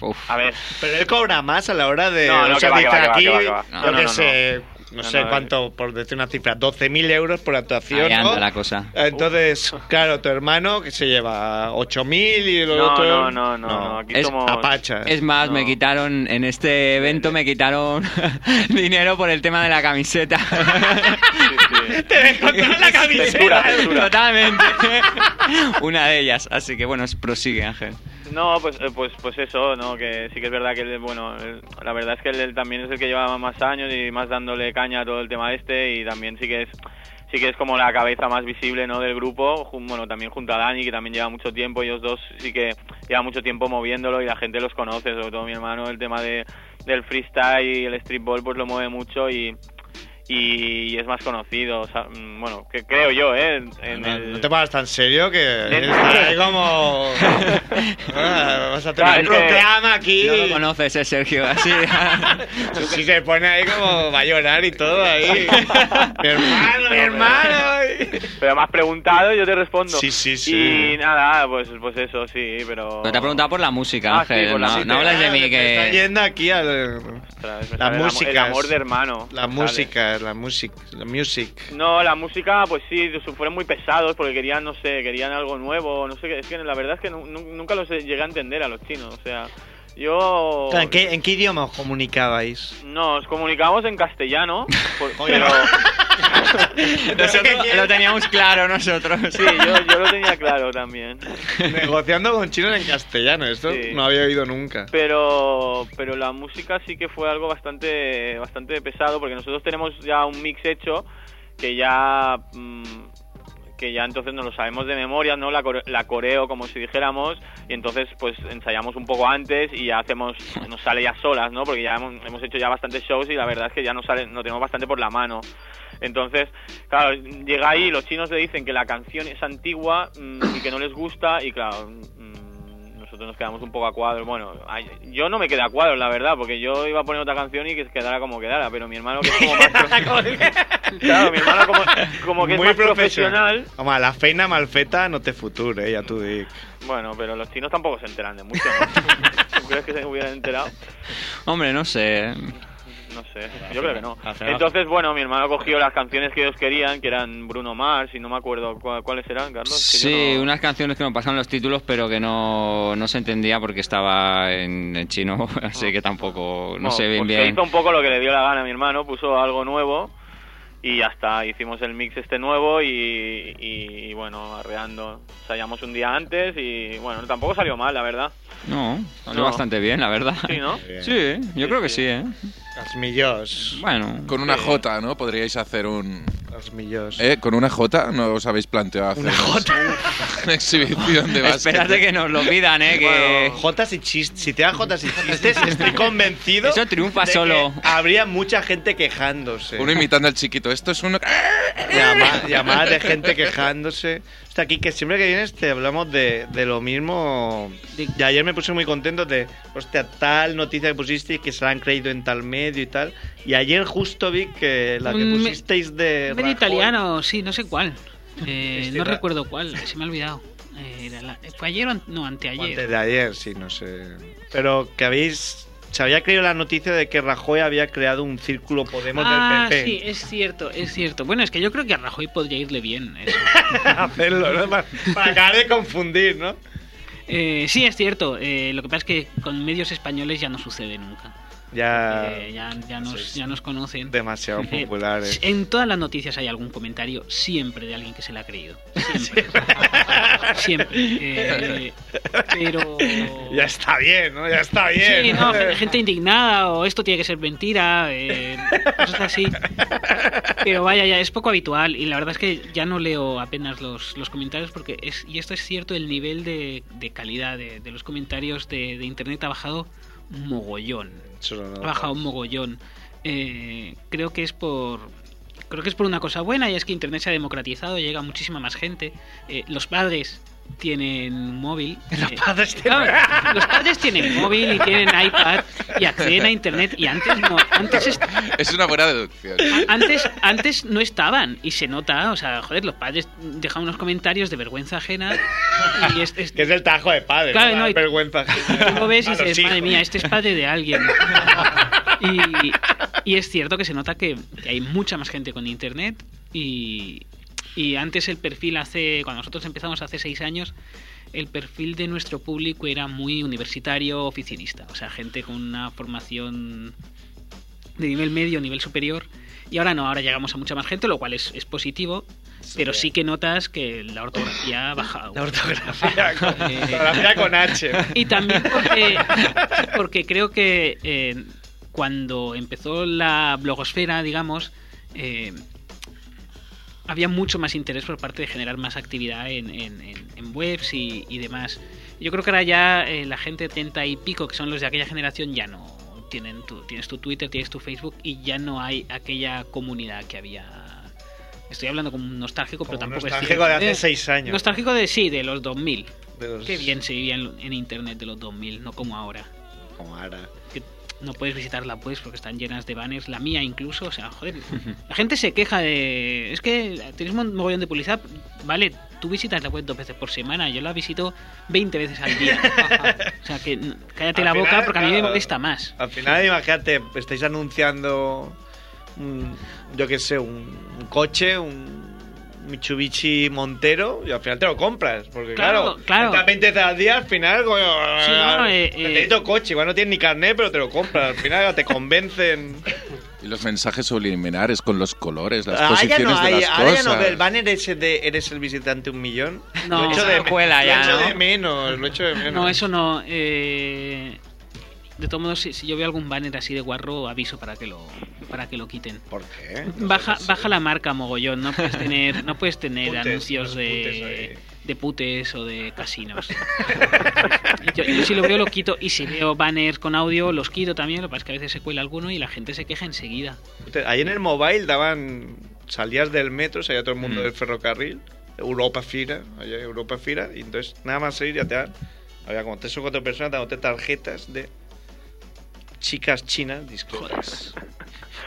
D: Uf.
I: A ver,
A: Pero él cobra más a la hora de...
I: No, no,
A: o sea,
I: que va,
A: dice
I: que va,
A: aquí,
I: que va, que va, que va.
A: yo
I: No,
A: qué
I: no,
A: sé, no, eh.
I: No,
A: sé
I: no,
A: cuánto, por decir una cifra, 12.000 euros por actuación,
D: Ahí anda
A: ¿no?
D: la cosa.
A: Entonces, claro, tu hermano que se lleva 8.000 y el
I: No,
A: otro...
I: no, no, no, no, aquí
D: Es
I: somos...
A: Apacha.
D: Es más,
I: No.
D: me quitaron, en este evento me quitaron dinero por el tema de la camiseta.
I: sí, sí.
A: Te descontaron la
I: Censura,
A: camiseta.
I: censura.
D: Totalmente. Una de ellas. Así que bueno, prosigue Ángel.
I: No, pues, eh, pues, pues eso, ¿no? Que sí que es verdad que él, bueno, él- la verdad es que él, él también es el que lleva más años y más dándole caña a todo el tema este y también sí que es, sí que es como la cabeza más visible, ¿no? Del grupo, Jun- bueno, también junto a Dani que también lleva mucho tiempo, ellos dos sí que lleva mucho tiempo moviéndolo y la gente los conoce, sobre todo mi hermano, el tema de, del freestyle y el streetball pues lo mueve mucho y... Y es más conocido, o sea, mm, bueno, que creo yo, ¿eh? En- en
A: No,
I: el-
A: no te pongas tan serio que
I: En-
A: estás ahí como... Ah, vas a tener
I: Claro, eh,
A: un
I: es que-
A: programa aquí.
D: No lo conoces, eh, Sergio. Así.
A: Si se pone ahí como va a llorar y todo ahí. mi hermano, mi hermano.
I: Pero me has preguntado y yo te respondo.
A: Sí, sí, sí.
I: Y nada, pues, pues eso, sí, pero...
D: Pero te ha preguntado por la música,
I: Ah, sí,
D: Ángel.
I: por la
D: no
I: música.
D: no hablas de mí,
A: Me Está
D: que.
A: yendo aquí al...
I: Eh. Ostras, me
A: La
I: sale el amo-
A: música
I: El amor
A: es-
I: de hermano.
A: La
I: me
A: música, la música, la music.
I: sale. No, la música, pues sí, su- fueron muy pesados porque querían, no sé, querían algo nuevo, no sé qué. Es que la verdad es que nu- nu- nunca los llegué a entender a los chinos, o sea... Yo...
A: ¿En qué, en qué idioma os comunicabais?
I: Nos comunicamos en castellano, por- pero...
D: Nosotros lo teníamos claro nosotros.
I: Sí, yo, yo lo tenía claro también.
A: Negociando con chinos en castellano, esto
I: Sí.
A: no había oído nunca.
I: Pero, pero la música sí que fue algo bastante, bastante pesado porque nosotros tenemos ya un mix hecho que ya, mm, que ya entonces nos lo sabemos de memoria, ¿no? La, core- la coreo como si dijéramos y entonces pues ensayamos un poco antes y ya hacemos, nos sale ya solas, ¿no? Porque ya hemos, hemos hecho ya bastantes shows y la verdad es que ya nos sale, no tenemos bastante por la mano. Entonces, claro, llega ahí, los chinos le dicen que la canción es antigua mm, y que no les gusta y claro, mm, nosotros nos quedamos un poco a cuadro. Bueno, ay, yo no me quedé a cuadro, la verdad, porque yo iba a poner otra canción y que quedara como quedara, pero mi hermano que es como más... pro- claro, mi hermano como, como que es más profesional.
A: Home, la feina mal feta no te futur, eh, ja t'ho dic.
I: Bueno, pero los chinos tampoco se enteran de mucho. ¿no? ¿Tú crees que se hubieran enterado?
D: Hombre, no sé.
I: No sé, yo creo que no.
D: Al final-
I: Entonces, bueno, mi hermano cogió las canciones que ellos querían, que eran Bruno Mars, y no me acuerdo cua- cuáles eran, Carlos. que yo
D: Sí,
I: no-
D: unas canciones que me pasaron los títulos, pero que no, no se entendía porque estaba en, en chino, así que tampoco, no
I: Bueno,
D: sé bien
I: pues que
D: bien.
I: hizo un poco lo que le dio la gana a mi hermano, puso algo nuevo y ya está, hicimos el mix este nuevo y, y, y, bueno, arreando. Ensayamos un día antes y bueno, tampoco salió mal, la verdad.
D: No, salió
I: No.
D: bastante bien, la verdad.
I: Sí, ¿no?
D: Sí, yo creo que sí, ¿eh?
A: Els millors.
D: Bueno.
B: Con una J, ¿no? Podríais hacer un...
A: Els millors.
B: ¿Eh? ¿Con una J? ¿No os habéis planteado hacer una, J? una exhibición de básquet?
D: Espérate que nos lo pidan, ¿eh? Que...
A: Jotas y chistes. Si te dan jotas y chistes, estoy convencido.
D: Eso triunfa
A: de que
D: solo.
A: Habría mucha gente quejándose.
B: Uno imitando al chiquito. Esto es una...
A: Llama- llamadas de gente quejándose. Hasta aquí, que siempre que vienes te hablamos de, de lo mismo. Y ayer me puse muy contento de, hostia, tal noticia que pusisteis que se la han creído en tal medio y tal. Y ayer justo vi que la que
J: Mm, me-
A: pusisteis de.
J: Un medio
A: Rajoy-
J: italiano, sí, no sé cuál. Eh,
A: Este
J: no
A: ra-
J: recuerdo cuál, se me ha olvidado. Eh, era la- ¿Fue ayer o an- no, anteayer?
A: Antes de ayer, sí, no sé. Pero que habéis. Se había creído la noticia de que Rajoy había creado un círculo Podemos
J: ah,
A: del PP.
J: sí, es cierto, es cierto. Bueno, es que yo creo que a Rajoy podría irle bien. eso.
A: Hacerlo, ¿no? Para, para acabar de confundir, ¿no?
J: Eh, sí, es cierto. eh, lo que pasa es que con medios españoles ya no sucede nunca.
A: Ya.
J: Eh, ya, ya nos,
A: sois
J: ya nos conocen.
A: Demasiado
J: Eh,
A: populares.
J: En todas las noticias hay algún comentario siempre de alguien que se la ha creído. Siempre. siempre. Eh, pero...
A: Ya está bien, ¿no? Ya está bien.
J: Sí, no, gen- gente indignada o esto tiene que ser mentira, eh, cosas así. Pero vaya, ya es poco habitual y la verdad es que ya no leo apenas los, los comentarios porque es, y esto es cierto, el nivel de, de calidad de, de los comentarios de, de internet ha bajado un mogollón. Ha bajado un mogollón. Eh, creo que es por. Creo que es por una cosa buena y es que Internet se ha democratizado, llega muchísima más gente. Eh, los padres tienen un móvil. Los
A: padres
J: tienen. los padres tienen móvil y tienen iPad y acceden a Internet y antes no. Antes, est-
B: Es una buena deducción.
J: antes, antes no estaban y se nota, o sea, joder, los padres dejan unos comentarios de vergüenza ajena y es- es-
A: Que es el tajo de padre.
J: Claro,
A: ¿no?
J: no,
A: Da
J: y-
A: vergüenza.
J: tú lo ves y
A: A los
J: dices,
A: hijos.
J: madre mía, este es padre de alguien. Y, y es cierto que se nota que, que hay mucha más gente con internet y, y antes el perfil hace, cuando nosotros empezamos hace seis años, el perfil de nuestro público era muy universitario, oficinista, o sea, gente con una formación de nivel medio, nivel superior. Y ahora no, ahora llegamos a mucha más gente, lo cual es, es positivo, pero sí que notas que la ortografía ha bajado.
A: La ortografía.
J: Eh,
A: con- Ortografía con H.
J: Y también porque, porque creo que eh, cuando empezó la blogosfera, digamos, eh, había mucho más interés por parte de generar más actividad en, en- en- en webs y, y demás. Yo creo que ahora ya eh, la gente de 30 y pico, que son los de aquella generación, ya no tienen tu, tienes tu Twitter, tienes tu Facebook y ya no hay aquella comunidad que había. Estoy hablando como un nostálgico, pero tampoco es
A: Nostálgico de
J: cierto.
A: hace
J: Eh,
A: seis años.
J: Nostálgico de sí, de los 2000.
A: De los-
J: Qué bien se vivía en, en internet de los 2000, no como ahora.
A: Como ahora.
J: Que no puedes visitarla pues porque están llenas de banners, la mía incluso, o sea, joder. La gente se queja de... Es que tienes un mogollón de publicidad, vale, tú visitas la web dos veces por semana, yo la visito 20 veces al día. o sea, que n- cállate
A: Al
J: la boca
A: final,
J: porque a mí me
A: claro.
J: molesta más.
A: Al final, imagínate, estáis anunciando, un- yo qué sé, un, un coche, un, Mitsubishi Montero y al final te lo compras. Porque claro,
J: Claro, claro.
A: estás 20 veces al día, al final, coño,
J: Sí, no, no, eh, eh.
A: necesito coche. Igual no tienes ni carnet, pero te lo compras. Al final te convencen.
B: Y los mensajes subliminares con los colores, las
A: Ahora Ah, ya
B: posiciones
A: no,
B: de
A: hay,
B: las
A: ahora ya
B: cosas.
A: no, el banner ese de eres el visitante un millón.
J: No,
A: lo echo
J: eso
A: de,
J: no cuela
A: lo
J: ya,
A: echo
J: ¿no?
A: de menos, lo echo de menos.
J: No, eso no. eh, de todos modos, si, si yo veo algún banner así de guarro, aviso para que lo, para que lo quiten.
A: ¿Por qué?
J: Baja, baja la marca mogollón, no puedes tener, no puedes tener
A: Putes,
J: anuncios
A: los
J: de, de putes o de casinos. yo, yo si lo veo lo quito y si veo banners con audio los quito también, lo que pasa es que a veces se cuela alguno y la gente se queja enseguida.
A: Usted, Ahí en el mobile daban. Salías del metro, salía todo el
B: Mm.
A: mundo del ferrocarril. Europa Fira, allá hay Europa Fira. Y entonces, nada más salir, ya te dan. Había como tres o cuatro personas dándote tarjetas de chicas chinas discretas.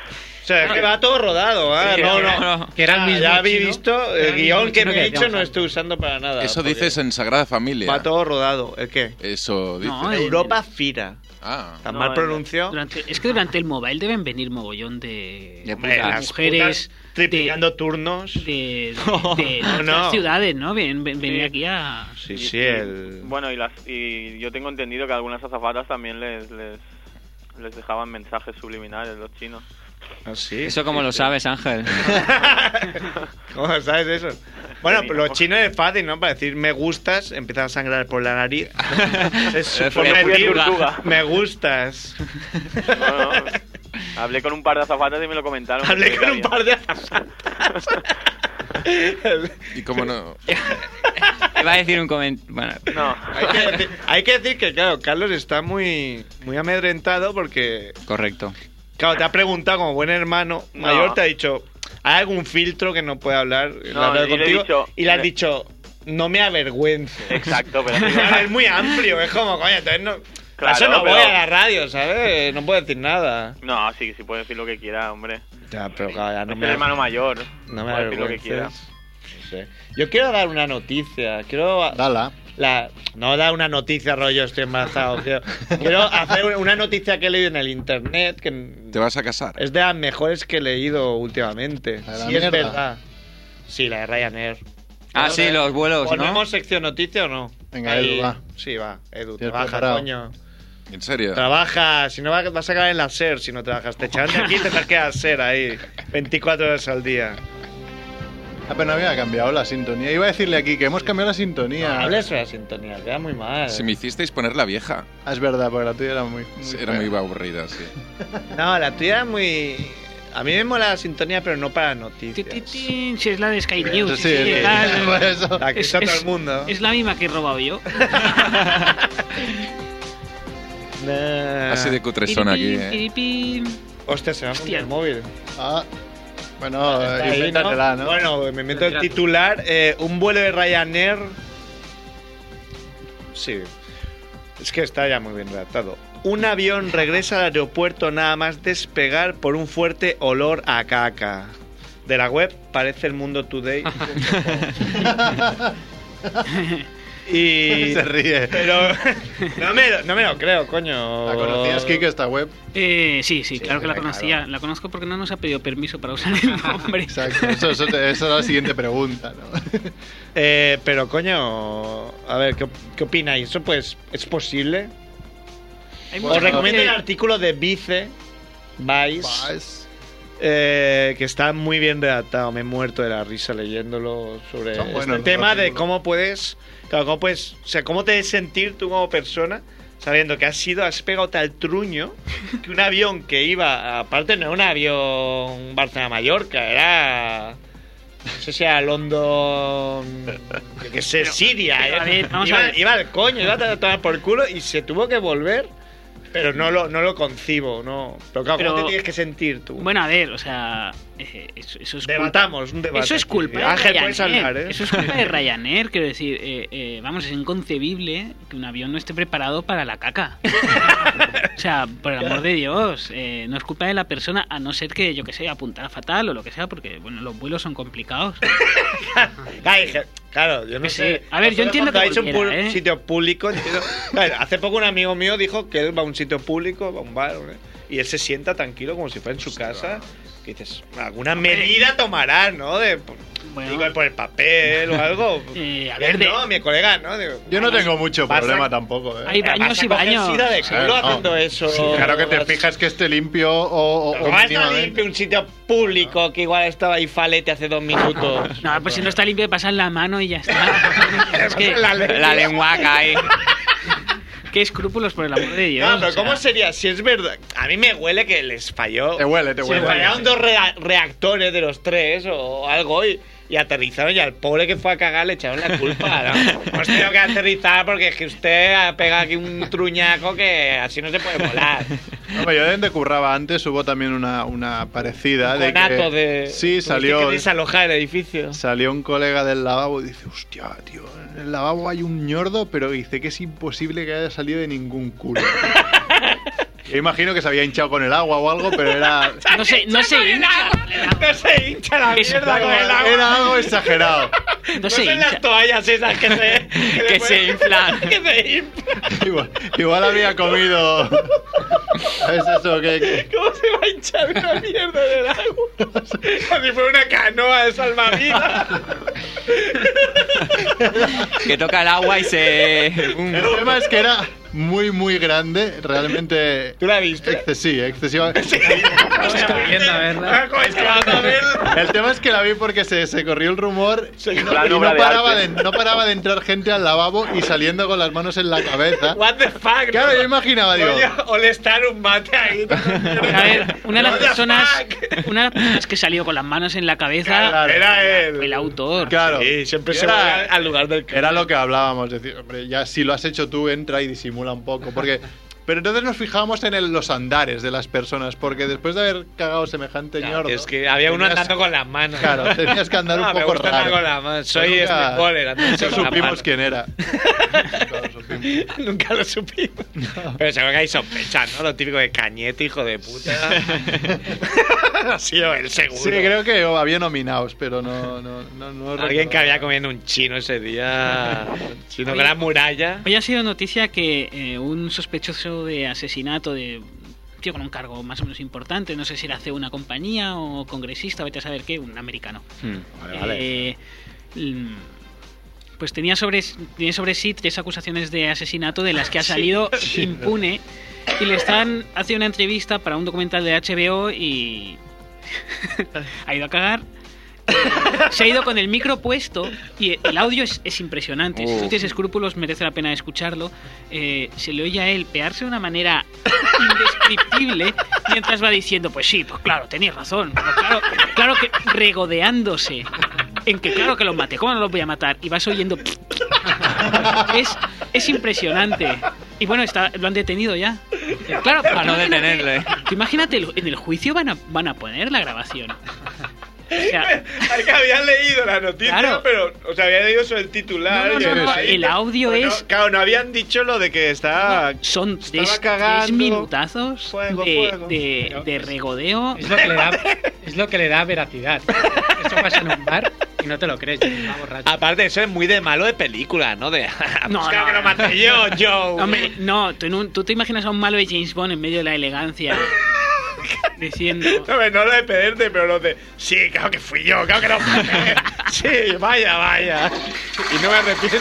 A: O sea, es que va todo rodado, ¿ah?
E: Sí,
A: no,
E: era-
A: no, no.
E: que era el mismo
A: Ya habéis
E: chino.
A: visto,
E: Era
A: el
E: el
A: guión
E: mismo
A: que
E: chino
A: me
E: que
A: he hecho
E: decíamos
A: no estoy usando para nada.
B: Eso
A: porque
B: dices en Sagrada Familia.
A: Va todo rodado, ¿el qué?
B: Eso dices.
J: No, el-
A: Europa Fira.
B: Ah.
A: Tan mal
J: No,
A: pronunciado.
J: Durante- es que durante el mobile deben venir mogollón de,
D: De
A: Hombre,
D: putas.
A: las
J: mujeres
A: putas triplicando turnos.
J: de, de, de
A: No,
J: otras
A: no.
J: ciudades, ¿no? Ven, ven- venir
I: Sí.
J: aquí a...
A: Sí, sí, el.
I: Bueno, y, las, y yo tengo entendido que algunas azafatas también les, les, les dejaban mensajes subliminales los chinos.
A: Ah, sí.
D: Eso como lo sabes, Ángel.
A: ¿Cómo sabes eso? Bueno,
I: Sí,
A: pero los
I: ojo.
A: chinos es fácil, ¿no? Para decir me gustas, empiezan a sangrar por la nariz. es
D: Me
A: por
D: fui en
A: decir,
I: tortuga.
A: me gustas.
I: No, no. Hablé con un par de azafatas y me lo comentaron.
A: Hablé con un
I: Había-
A: par de azafatas.
B: Y como no.
D: Iba a decir un comentario. Bueno,
I: No.
A: hay, que decir, hay que decir que, claro, Carlos está muy, muy amedrentado porque,
D: correcto.
A: claro, te ha preguntado como buen hermano mayor,
I: No.
A: te ha dicho, ¿hay algún filtro que no puede hablar? en
I: No,
A: la radio
I: yo le he
A: contigo?
I: dicho-
A: y le has
I: le-
A: dicho, no me avergüenzo.
I: Exacto, pero
A: Claro, es muy amplio, es como, coño, entonces no.
I: Claro,
A: eso no
I: pero-
A: voy a la radio, ¿sabes? No puedo decir nada.
I: No, sí, sí puede decir lo que quiera, hombre.
A: Ya, pero claro, ya
I: es el hermano mayor.
A: No me
I: puede decir lo que quiera.
A: avergüences. No sé. Yo quiero dar una noticia. Quiero.
G: Dala.
A: la- no dar una noticia, rollo, estoy embarazado. Quiero, quiero hacer una noticia que he leído en el internet que
B: Te vas a casar.
A: es de las mejores que he leído últimamente.
G: La de la
A: Si es
G: mierda.
A: verdad. Sí, la de Ryanair. eh.
D: Ah, sí, los vuelos, ¿no?
A: ¿Ponemos sección noticia o no?
G: Venga,
A: Ahí-
G: Edu, va.
A: Sí, va. Edu,
G: Tienes
A: trabaja,
G: preparado.
A: coño.
B: ¿En serio?
A: Trabaja, si no va- vas a acabar en la SER si no trabajas. Te echarán de aquí y te vas a quedar SER ahí, 24 horas al día.
G: Ah, pero no había cambiado la sintonía. Iba a decirle aquí que hemos cambiado la sintonía.
A: Hables sobre la sintonía, queda muy mal.
B: Si me hicisteis poner la vieja.
G: Ah, es verdad, porque la tuya era muy. muy
B: Era
G: fea.
B: muy aburrida, sí.
A: No, la tuya es muy... A mí me mola la sintonía, pero no para
J: Ti,
A: noticias.
J: ti, ti, Si es la de Sky News.
G: Sí,
J: si
G: sí,
J: es la-
G: sí, por eso.
A: La que
J: Es-
A: usa todo
J: es-
A: el mundo.
J: Es la misma que he robado yo.
A: Nah.
B: Así de cutresón aquí,
J: Piripín,
B: ¿eh?
J: piripín.
A: Hostia, se me ha fundido
J: Hostia.
A: el móvil.
G: Ah, bueno,
A: Está
G: eh,
A: ahí, ¿no?
G: invéntatela, ¿no?
A: Bueno, me invento el titular. eh, un vuelo de Ryanair. Sí. Es que está ya muy bien redactado. Un avión regresa al aeropuerto nada más despegar por un fuerte olor a caca. De la web parece el mundo today. y
G: Se ríe.
A: pero no me, lo- no me lo creo, coño.
G: ¿La conocías, Kike, esta web?
J: Eh, sí, sí, claro que la
A: claro.
J: conocía. La conozco porque no nos ha pedido permiso para usar el nombre.
G: Exacto, eso, eso- esa era la siguiente pregunta, ¿no?
A: Eh, pero coño, a ver, ¿qué, qué opináis? ¿Eso pues es posible?
J: Hay mucha
A: Os
J: gente-
A: recomiendo el artículo de Vice, Vice,
G: Pues,
A: eh, que está muy bien redactado. Me he muerto de la risa leyéndolo sobre
G: Son buenos
A: este
G: los
A: tema de
G: artículos.
A: cómo puedes, claro, cómo puedes, o sea, cómo te debes sentir tú como persona sabiendo que has sido, has pegado tal truño que un avión que iba, aparte no era un avión Barcelona-Mallorca, era... No sé si era London. Yo qué sé, Siria.
J: pero,
A: ¿eh?
J: a ver, vamos
A: iba,
J: a ver.
A: iba al coño, iba a tomar por culo y se tuvo que volver. Pero no lo, no lo concibo, no. Pero claro, ¿cómo
J: Pero-
A: te tienes que sentir tú?
J: Bueno, a ver, o sea, eh, eso, eso es
A: Debatamos, un debate.
J: Eso es culpa
A: aquí.
J: de
A: Ángel, puedes
J: Ryanair.
A: hablar, ¿eh?
J: Eso es culpa de Ryanair, quiero decir, eh, eh, vamos, es inconcebible que un avión no esté preparado para la caca. o sea, por el amor de Dios, eh, no es culpa de la persona, a no ser que, yo que sé, apuntara fatal o lo que sea, porque, bueno, los vuelos son complicados.
A: Ay, je- Claro, yo no
J: Que sí.
A: sé.
J: A ver, yo
A: Nosotros
J: entiendo
A: cuando
J: que
A: ha dicho un
J: volviera,
A: pu-
J: ¿eh?
A: sitio público. entiendo- Claro, hace poco un amigo mío dijo que él va a un sitio público, va a un bar, ¿eh? y él se sienta tranquilo como si fuera en su casa. Que dices, alguna medida tomará, ¿no? De, Digo, por el papel o algo.
J: Eh, a ver,
A: ver,
J: de-
A: no, mi colega, ¿no? Digo,
G: Yo no tengo mucho
A: Vas a-
G: problema tampoco. ¿eh?
J: Hay baños
A: Vas a
J: y
A: coger
J: baños.
A: sida de
G: Claro,
A: culo
G: no.
A: haciendo eso.
G: Sí, claro que te fijas que esté limpio o, o- o
A: Vas a
G: mínimamente.
A: limpio un sitio público que igual estaba ahí falete hace dos minutos.
J: No, pues si no está limpio, pasas la mano y ya está. es que,
D: La lengua cae.
J: qué escrúpulos, por el amor de Dios.
A: No, pero
J: o sea.
A: ¿cómo sería? Si es verdad. A mí me huele que les falló.
G: Te huele, te
A: Se
G: huele.
A: fallaron dos rea- reactores de los tres o algo y, y aterrizaron y al pobre que fue a cagar le echaron la culpa. ¿no? Hemos tenido que aterrizar porque es que usted ha pegado aquí un truñaco que así no se puede volar.
G: Hombre, yo donde curraba antes hubo también una, una parecida. de
A: Conato
G: que-
A: de.
G: Sí, salió,
A: que desalojar el edificio.
G: salió un colega del lavabo y dice, hostia, tío, en el lavabo hay un ñordo, pero dice que es imposible que haya salido de ningún culo. yo imagino que se había hinchado con el agua o algo, pero era,
J: No sé, no sé.
A: No se hincha la
J: Es-
A: mierda con el agua.
G: era algo exagerado.
J: No
A: son
J: sé.
A: las toallas esas que se, que
D: Que
A: le
D: se inflan.
A: que se inflan.
G: Igual, igual había comido... ¿Sabes eso? Que, que-
A: ¿Cómo se va a hinchar una mierda del agua? Como si fuera una canoa de salvavidas.
D: Que toca el agua y se.
G: El tema es que era muy, muy grande, realmente...
A: ¿Tú la viste?
G: Exce- sí, excesiva.
C: Estoy viendo, a verla.
A: Paco, es que vas a ver.
G: El tema es que la vi porque se, se corrió el rumor y no,
I: La
G: y no
I: obra de
G: paraba de
I: arte.
G: no paraba de entrar gente al lavabo y saliendo con las manos en la cabeza.
A: What the fuck.
G: Claro, yo imaginaba, digo,
A: Oye, o le están un mate ahí.
J: A ver, una de las
A: What the
J: personas,
A: fuck.
J: una de las personas que salió con las manos en la cabeza,
G: Claro.
A: Era él.
J: el autor.
G: claro,
A: Sí, siempre se
G: Era-
A: va al lugar del
G: era lo que hablábamos, decir, hombre, ya si lo has hecho tú, entra y disimula un poco, porque pero entonces nos fijamos en el- los andares de las personas, porque después de haber cagado semejante
A: Claro,
G: ñordo,
A: Es que había uno
G: tenías-
A: andando con las manos.
G: Claro, tenías que andar un
A: No, me
G: poco
A: gusta
G: raro.
A: andar con las manos. Soy
G: Nunca-
A: snowboarder, andar
G: nunca
A: con las manos.
G: supimos quién era. Nunca lo supimos.
A: Nunca lo supimos. Pero seguro que hay sospechas, ¿no? Lo típico de cañete, hijo de puta. ha sido él, seguro.
G: Sí, creo que había nominados, pero no, no, no, no
A: Alguien
G: recuerdo.
A: que había comido un chino ese día. Chino gran muralla.
J: Hoy ha sido noticia que eh, un sospechoso de asesinato de un tío con un cargo más o menos importante, no sé si era CEO de una compañía o congresista, vete a saber qué, un americano.
G: Hmm,
J: Eh, mm, pues tenía sobre, tiene sobre sí tres acusaciones de asesinato de las que ha salido impune y le están haciendo una entrevista para un documental de HBO y ha ido a cagar. Eh, Se ha ido con el micro puesto y el audio es, es impresionante. Si tú
D: Uh.
J: tienes escrúpulos, merece la pena escucharlo. Eh, se le oye a él pearse de una manera indescriptible mientras va diciendo: Pues sí, pues claro, tenías razón. pero claro, claro que regodeándose en que claro que los maté, ¿cómo no los voy a matar? Y vas oyendo. Es, es impresionante. Y bueno, está, lo han detenido ya. Claro,
D: Para no
J: imagínate-
D: detenerle.
J: tú imagínate, el- en el juicio van a, van a poner la grabación. O sea,
A: Hay que había leído la noticia,
J: Claro.
A: pero. O sea, había leído sobre el titular.
J: No, no,
A: y
J: no,
A: el
J: no,
A: país.
J: el audio
A: Pero
J: es-
A: claro, no habían dicho lo de que está.
J: son
A: Estaba
J: tres, tres
A: cagando.
J: minutazos
A: Fuego,
J: de,
A: fuego.
J: de- de regodeo.
C: Es lo, que le da, es lo que le da veracidad. Eso pasa en un bar y no te lo crees. Va borracho.
A: Aparte, eso es muy de malo de película, ¿no? De.
J: No,
A: Pues claro
J: no,
A: que lo maté yo, Joe.
J: Hombre, no, tú, en un- tú te imaginas a un malo de James Bond en medio de la elegancia diciendo.
A: No, no lo de pedirte, pero lo de. Sí, claro que fui yo, claro que no. sí, vaya, vaya. Y no me arrepiento.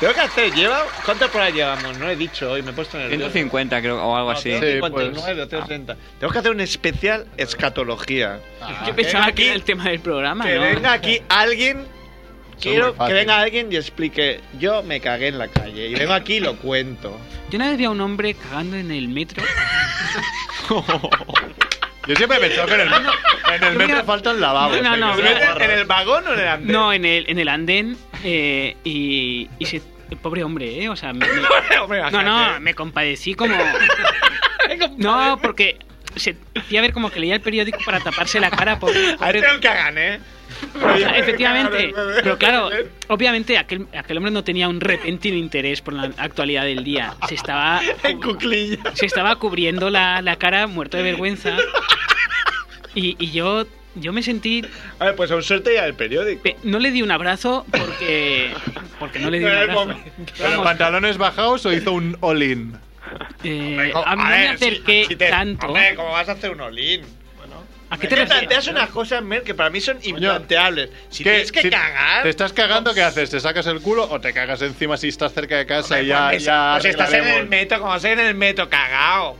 A: Tengo que hacer, lleva. ¿Cuántas por llevamos? No he dicho hoy, me he puesto en el.
D: 150 creo, o algo así.
G: Sí. pues.
A: 159 o 360. Tengo que hacer un especial escatología.
G: Ah.
J: Yo pensaba
A: Ah, aquí-
J: que era el tema del programa,
A: Que
J: ¿no?
A: venga aquí alguien. Quiero
G: muy fácil.
A: que venga alguien y explique. Yo me cagué en la calle y vengo aquí y lo cuento.
J: Yo una vez vi a un hombre cagando en el metro.
G: Yo siempre me choco en el, en el
J: yo
G: metro
J: mira-
G: falta el lavabo.
J: No, no, no,
G: o sea, que
J: mira-
G: sea guarro.
A: ¿En el vagón o en el andén?
J: No, en el, en el andén. eh, y, y se- Pobre hombre, ¿eh? O sea, me- me-
A: Hombre,
J: No, no,
A: imagínate.
J: me compadecí como. no, porque se hacía ver como que leía el periódico para taparse la cara. por-
A: Ahí tengo que hagan, ¿eh?
J: Efectivamente. Pero claro, obviamente aquel, aquel hombre no tenía un repentino interés por la actualidad del día. Se estaba,
A: En cuclillas.
J: se estaba cubriendo la, la cara muerto de vergüenza. Y, y yo, yo me sentí.
A: A ver, pues a un suerte ya del periódico.
J: pe- No le di un abrazo porque. Porque no le di
A: No
J: un
A: era el
J: abrazo.
A: momento.
G: ¿Pero
J: Vamos,
G: pantalones bajados o hizo un all-in?
J: eh, a mí no me acerqué
A: si te-
J: tanto.
A: Hombre, ¿cómo vas a hacer un olín?
J: ¿A
A: qué
J: te refieres?
A: planteas unas cosas, Mer, que para mí son implanteables. Si
G: ¿Qué?
A: tienes que
G: Si
A: cagar. pues,
G: ¿Te estás cagando? ¿Qué haces? ¿Te sacas el culo o te cagas encima si estás cerca de casa y ya,
A: Pues,
G: ya
A: pues estás en el
G: arreglaremos?
A: metro, como estás en el metro, cagao.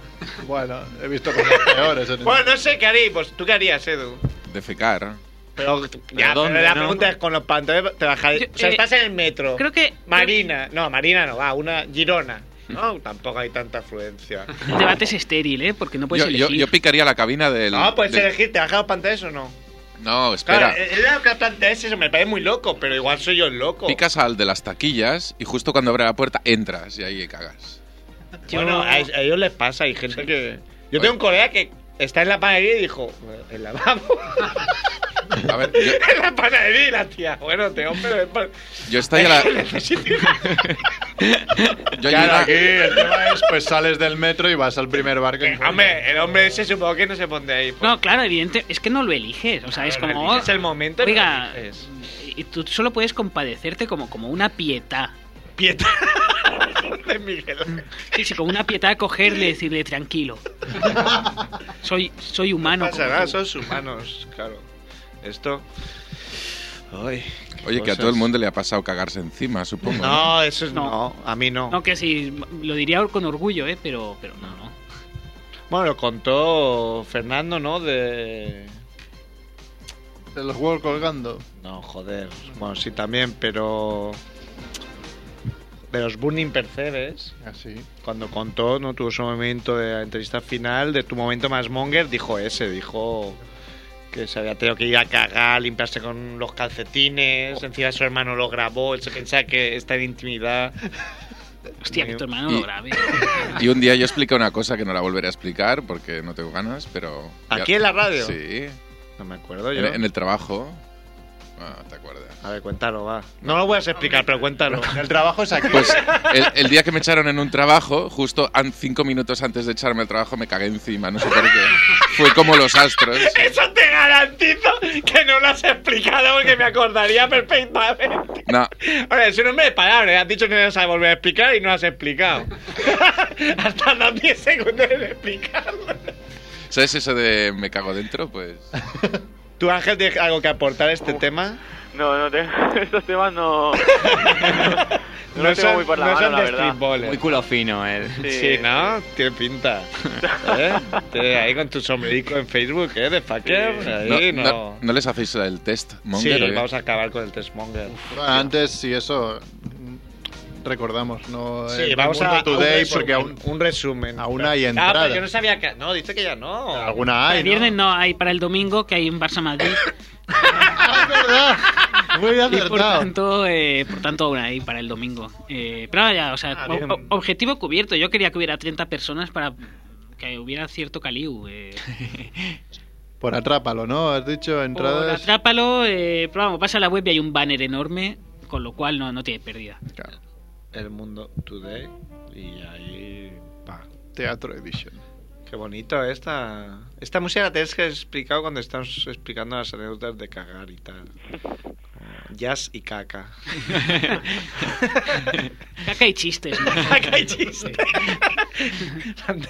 G: Bueno, he visto cosas peores. en el-
A: Bueno, no sé qué harías. Pues tú qué harías, Edu.
B: Defecar.
A: Pero, ya,
B: dónde,
A: pero la
B: no?
A: pregunta es: con los pantalones te bajarías.
J: Yo,
A: O sea,
J: eh,
A: estás en el metro.
J: Creo que
A: Marina. No, Marina no va, una Girona. No, tampoco hay tanta afluencia.
J: el debate es estéril, ¿eh? Porque no puedes
B: Yo, yo,
J: elegir.
B: yo picaría la cabina del.
A: No, Ah, puedes
B: del-
A: elegir, ¿te bajas los pantalones o no?
B: No, espera.
A: Claro, eh, es la que plantea es eso, me parece muy loco, pero igual soy yo el loco.
B: Picas al de las taquillas y justo cuando abre la puerta entras y ahí cagas.
A: Bueno, a, a ellos les pasa, hay gente que. Yo tengo un colega que está en la panadería y dijo: El lavabo.
B: A ver, yo,
A: en la panadería, y la tía. Bueno, te hombre, es pa-
B: yo estoy a la.
A: necesito.
B: Yo
G: Claro, aquí
B: ayuda-
G: el tema es, pues sales del metro y vas al primer bar que encuentres.
A: Eh, Hombre, el hombre ese supongo que no se pone ahí. pues.
J: No, claro, evidente. Es que no lo eliges. O sea, es
A: Pero
J: como.
A: Es el momento. en
J: Oiga,
A: que dices,
J: y tú solo puedes compadecerte como, como una pietá.
A: Pieta. de Miguel.
J: Sí, sí, como una pietá cogerle y decirle tranquilo. Soy, soy humano.
A: No pasa
J: como
A: nada,
J: tú".
A: son humanos, claro. Esto. Ay, qué
B: Oye, que a
A: cosas.
B: todo el mundo le ha pasado cagarse encima, supongo. ¿no?
A: No, eso es no.
J: No.
A: a mí no.
J: No, que sí, lo diría con orgullo, ¿eh? Pero, pero no, no.
A: Bueno, lo contó Fernando, ¿no? De.
G: De los huevos colgando.
A: No, joder. Bueno, sí, también, pero. De los Burning Percebes,
G: Así.
A: cuando contó, ¿no? Tuvo su momento de la entrevista final, de tu momento más monger, dijo ese, dijo que se había tenido que ir a cagar, limpiarse con los calcetines, encima su hermano lo grabó, él se pensaba que está en intimidad.
J: Hostia, que tu hermano
B: Y-
J: lo grabe.
B: Y un día yo expliqué una cosa que no la volveré a explicar porque no tengo ganas, pero. ya-
A: ¿Aquí en la radio?
B: Sí.
A: No me acuerdo yo.
B: En, en el trabajo. Ah, te acuerdas.
A: A ver, cuéntalo, va. No lo puedes explicar, pero cuéntalo.
G: El trabajo es aquí.
B: Pues el, el día que me echaron en un trabajo, justo an- cinco minutos antes de echarme al trabajo, me cagué encima, no sé por qué. Fue como los astros.
A: Eso te garantizo que no lo has explicado porque me acordaría perfectamente.
B: No,
A: Ahora, es un hombre de palabras. Has dicho que no vas a volver a explicar y no has explicado. Has tardado 10 segundos en explicarlo.
B: ¿sabes eso de me cago dentro? Pues.
A: ¿Tú, Ángel, tienes algo que aportar a este tema?
I: No, no tengo. Estos temas no. no los tengo muy por la
A: no
I: mano,
A: son
I: la
A: de
I: verdad.
A: streetballer.
D: Muy culo fino él.
I: Sí,
A: Sí, ¿no? Tiene pinta. ¿Eh? Te- ahí con tu sombrerico en Facebook, ¿eh? De fucker. Ahí no.
B: no, no les hacéis el test,
A: Sí,
B: Monger. ¿eh?
A: vamos a acabar con el testmonger.
G: Antes, si eso mm, recordamos, no
A: Sí,
G: Eh,
A: vamos
G: Mundo
A: a,
G: Today
A: un
G: porque
A: resumen,
G: aún,
A: un resumen.
G: aún hay
A: Ah,
G: entrada.
A: pero yo no sabía que... No, dice que ya no.
G: Alguna
J: Para
G: hay.
J: el viernes no hay, para el domingo que hay un Barça Madrid.
G: Ah, es verdad. Muy
J: Y por
G: acertado.
J: tanto, eh, por tanto, aún ahí para el domingo. Eh, pero ya, o sea,
A: Ah,
J: o-
A: bien.
J: o- objetivo cubierto. Yo quería que hubiera 30 personas para que hubiera cierto caliu. Eh.
G: Por atrápalo, ¿no? Has dicho
J: Por
G: entradas.
J: atrápalo, eh, pero vamos, pasa a la web y hay un banner enorme, con lo cual no, no tiene pérdida.
A: El Mundo Today y ahí... Pa.
G: Teatro Edition.
A: Qué bonito esta... Esta música la tienes que explicar cuando estamos explicando las anécdotas de cagar y tal. Jazz y caca.
J: Caca hay chistes. ¿no?
A: caca y chiste.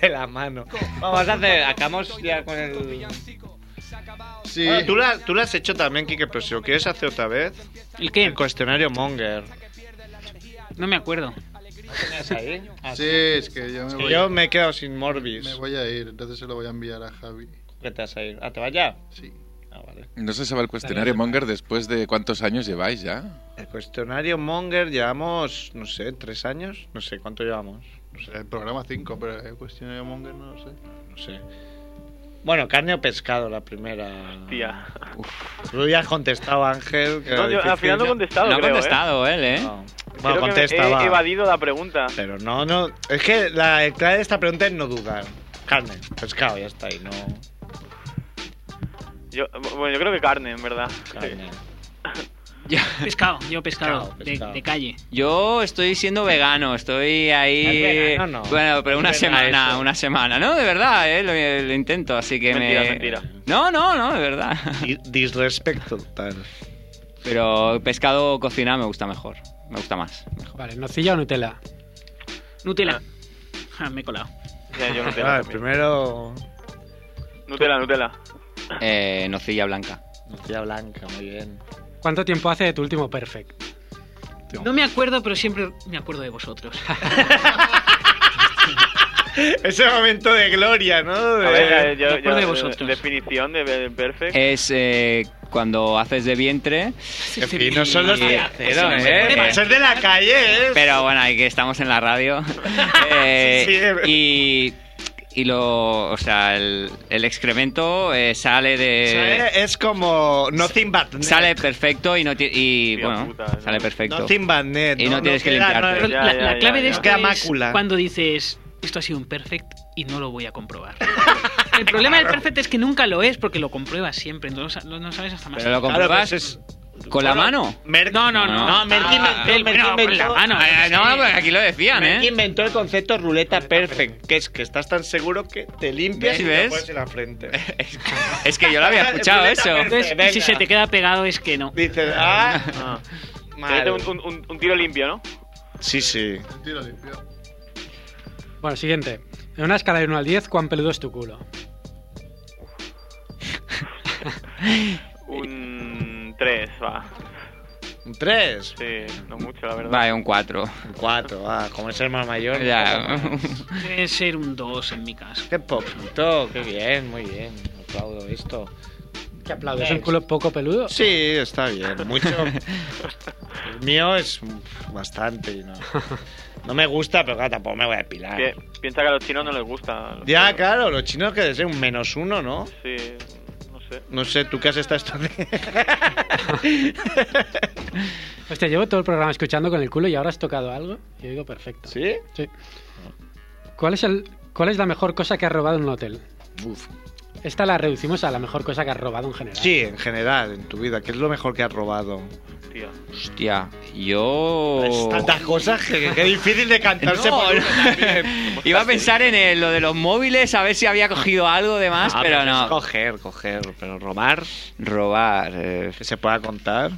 A: de la mano. Vamos a hacer... Acabamos ya con el...
G: Sí.
A: Bueno, tú, la, tú la has hecho también, Kike, pero si lo quieres hacer otra vez...
J: ¿El
A: El
J: qué?
A: cuestionario Monger.
J: No me acuerdo.
A: ahí? Ah,
G: Ah, Sí, es que yo me voy,
A: Yo me he quedado sin Morbis.
G: me voy a ir, entonces se lo voy a enviar a Javi.
A: ¿Qué te vas a ir? ¿Ah, te vas ya?
G: Sí.
A: Ah, vale.
B: No se sabe el cuestionario Monger después de cuántos años lleváis ya.
A: El cuestionario Monger llevamos, no sé, tres años. No sé cuánto llevamos.
G: No sé, el programa 5, pero eh. el cuestionario Monger no lo sé.
A: No sé. Bueno, carne o pescado, la primera.
I: Hostia.
A: Tú ya has contestado, Ángel. que era
I: No, yo- al
A: difícil.
I: final no he contestado,
D: No ha
I: creo, ¿eh?
D: contestado él, ¿eh?
A: No.
I: Creo
A: Bueno,
I: que me-
A: contesta,
I: he
A: va.
I: evadido la pregunta.
A: Pero no, no. Es que la clave de esta pregunta es no dudar. Carne, pescado, ya está ahí, no.
I: Yo, bueno, yo creo que carne, en verdad.
A: Carne.
D: Ya.
J: Pescado, yo pescado,
A: Pescado,
J: de-
A: pescado.
J: De, calle.
D: Yo estoy siendo vegano, estoy ahí.
A: Ah, Es vegano, no.
D: Bueno, pero una
A: Es vegano
D: semana,
A: eso.
D: una semana, ¿no? De verdad, ¿eh? lo, lo intento, así que
I: Mentira,
D: me.
I: mentira.
D: No, no, no, de verdad.
A: Di- Disrespecto, tal.
D: Pero pescado cocinado me gusta mejor, me gusta más.
C: Vale, nocilla o Nutella.
J: Nutella. Ja, me he colado.
I: Ya, Eh, yo Nutella.
A: Ah, el
I: también.
A: primero.
I: Nutella, Nutella.
D: Eh, nocilla blanca.
E: Nocilla blanca, muy bien.
C: ¿Cuánto tiempo hace de tu último perfect?
J: No me acuerdo, pero siempre me acuerdo de vosotros.
A: Ese momento de gloria, ¿no? De-
I: A ver, eh, yo-
J: Después
I: yo-
J: de vosotros.
I: definición de de perfect.
D: Es eh, cuando haces de vientre.
J: En
A: fin, no son los de acero,
D: Sí,
A: ¿eh?
D: sí,
A: Para
D: sí.
A: ser de la calle, ¿eh?
D: Pero bueno, ahí que estamos en la radio. Eh,
A: Sí, sí.
D: y, y lo. O sea, el, el excremento eh, sale
A: O sea,
D: de.
A: eh, es como nothing but net.
D: Sale perfecto y no ti- y
I: Tía
D: bueno,
I: puta, ¿no?
D: sale perfecto.
A: Nothing but net.
D: Y no tienes que
A: queda-
D: limpiarte.
J: Pero
I: Ya,
J: la,
I: ya,
J: la
I: ya,
J: clave de
I: ya.
J: esto
A: Queda
J: es
A: mácula.
J: cuando dices esto ha sido un perfect y no lo voy a comprobar. El problema del perfect es que nunca lo es porque lo compruebas siempre, entonces no, no sabes hasta más.
D: Pero lo
A: Claro,
D: compruebas
A: pues es-
D: con la mano.
A: Merck-
J: No, no, no.
D: No,
J: Merck inventó, la mano.
D: Ah, no,
J: Sí.
D: pero aquí lo decían,
A: Merck
D: ¿eh?
A: inventó el concepto ruleta perfect, que es que estás tan seguro que te limpias
D: ¿Ves?
A: y
D: ¿Ves?
A: te pones en la frente.
D: Es que yo lo había escuchado
A: Ruleta
D: eso.
A: perfecta.
J: Entonces,
A: Venga.
J: si se te queda pegado es que no.
A: Dices, ah,
I: Ah.
A: mal.
I: Te mete un, un- un tiro limpio, ¿no?
E: Sí, sí.
C: Bueno, siguiente. En una escala de 1 al 10, ¿cuán peludo es tu culo?
I: Un 3, va.
E: Un 3.
I: Sí, no mucho, la verdad.
D: Vale, un 4.
E: Un 4. Ah, como es el más mayor.
D: Ya.
J: Debe ser un 2 en mi caso.
E: Qué popito. Qué bien, muy bien. Aplaudo esto.
C: ¿Qué aplaudes? ¿Es un culo poco peludo?
E: Sí, está bien. Mucho. El mío es bastante. y No, no me gusta, pero claro, tampoco me voy a depilar.
I: Pi- Piensa que a los chinos no les gusta. los
E: Ya,
I: perros.
E: claro, los chinos que desean un menos uno, ¿no?
I: Sí, no sé.
E: No sé, ¿tú qué has estado esto?
C: Hostia, llevo todo el programa escuchando con el culo y ahora has tocado algo. Yo digo perfecto.
E: ¿Sí?
C: Sí. ¿Cuál es, el, ¿Cuál es la mejor cosa que has robado en un hotel?
E: Uf.
C: Esta la reducimos a la mejor cosa que has robado en general.
E: Sí, en general, en tu vida. ¿Qué es lo mejor que has robado? Pues
I: Tío.
D: Hostia, yo.
E: Tantas cosas que, que es difícil de cantarse
D: No,
E: por
D: no.
E: una también.
D: Iba a pensar en el- lo de los móviles, a ver si había cogido algo de más,
E: Ah,
D: pero
E: es
D: no.
E: Coger, coger, pero robar,
D: Robar. eh,
E: que se pueda contar.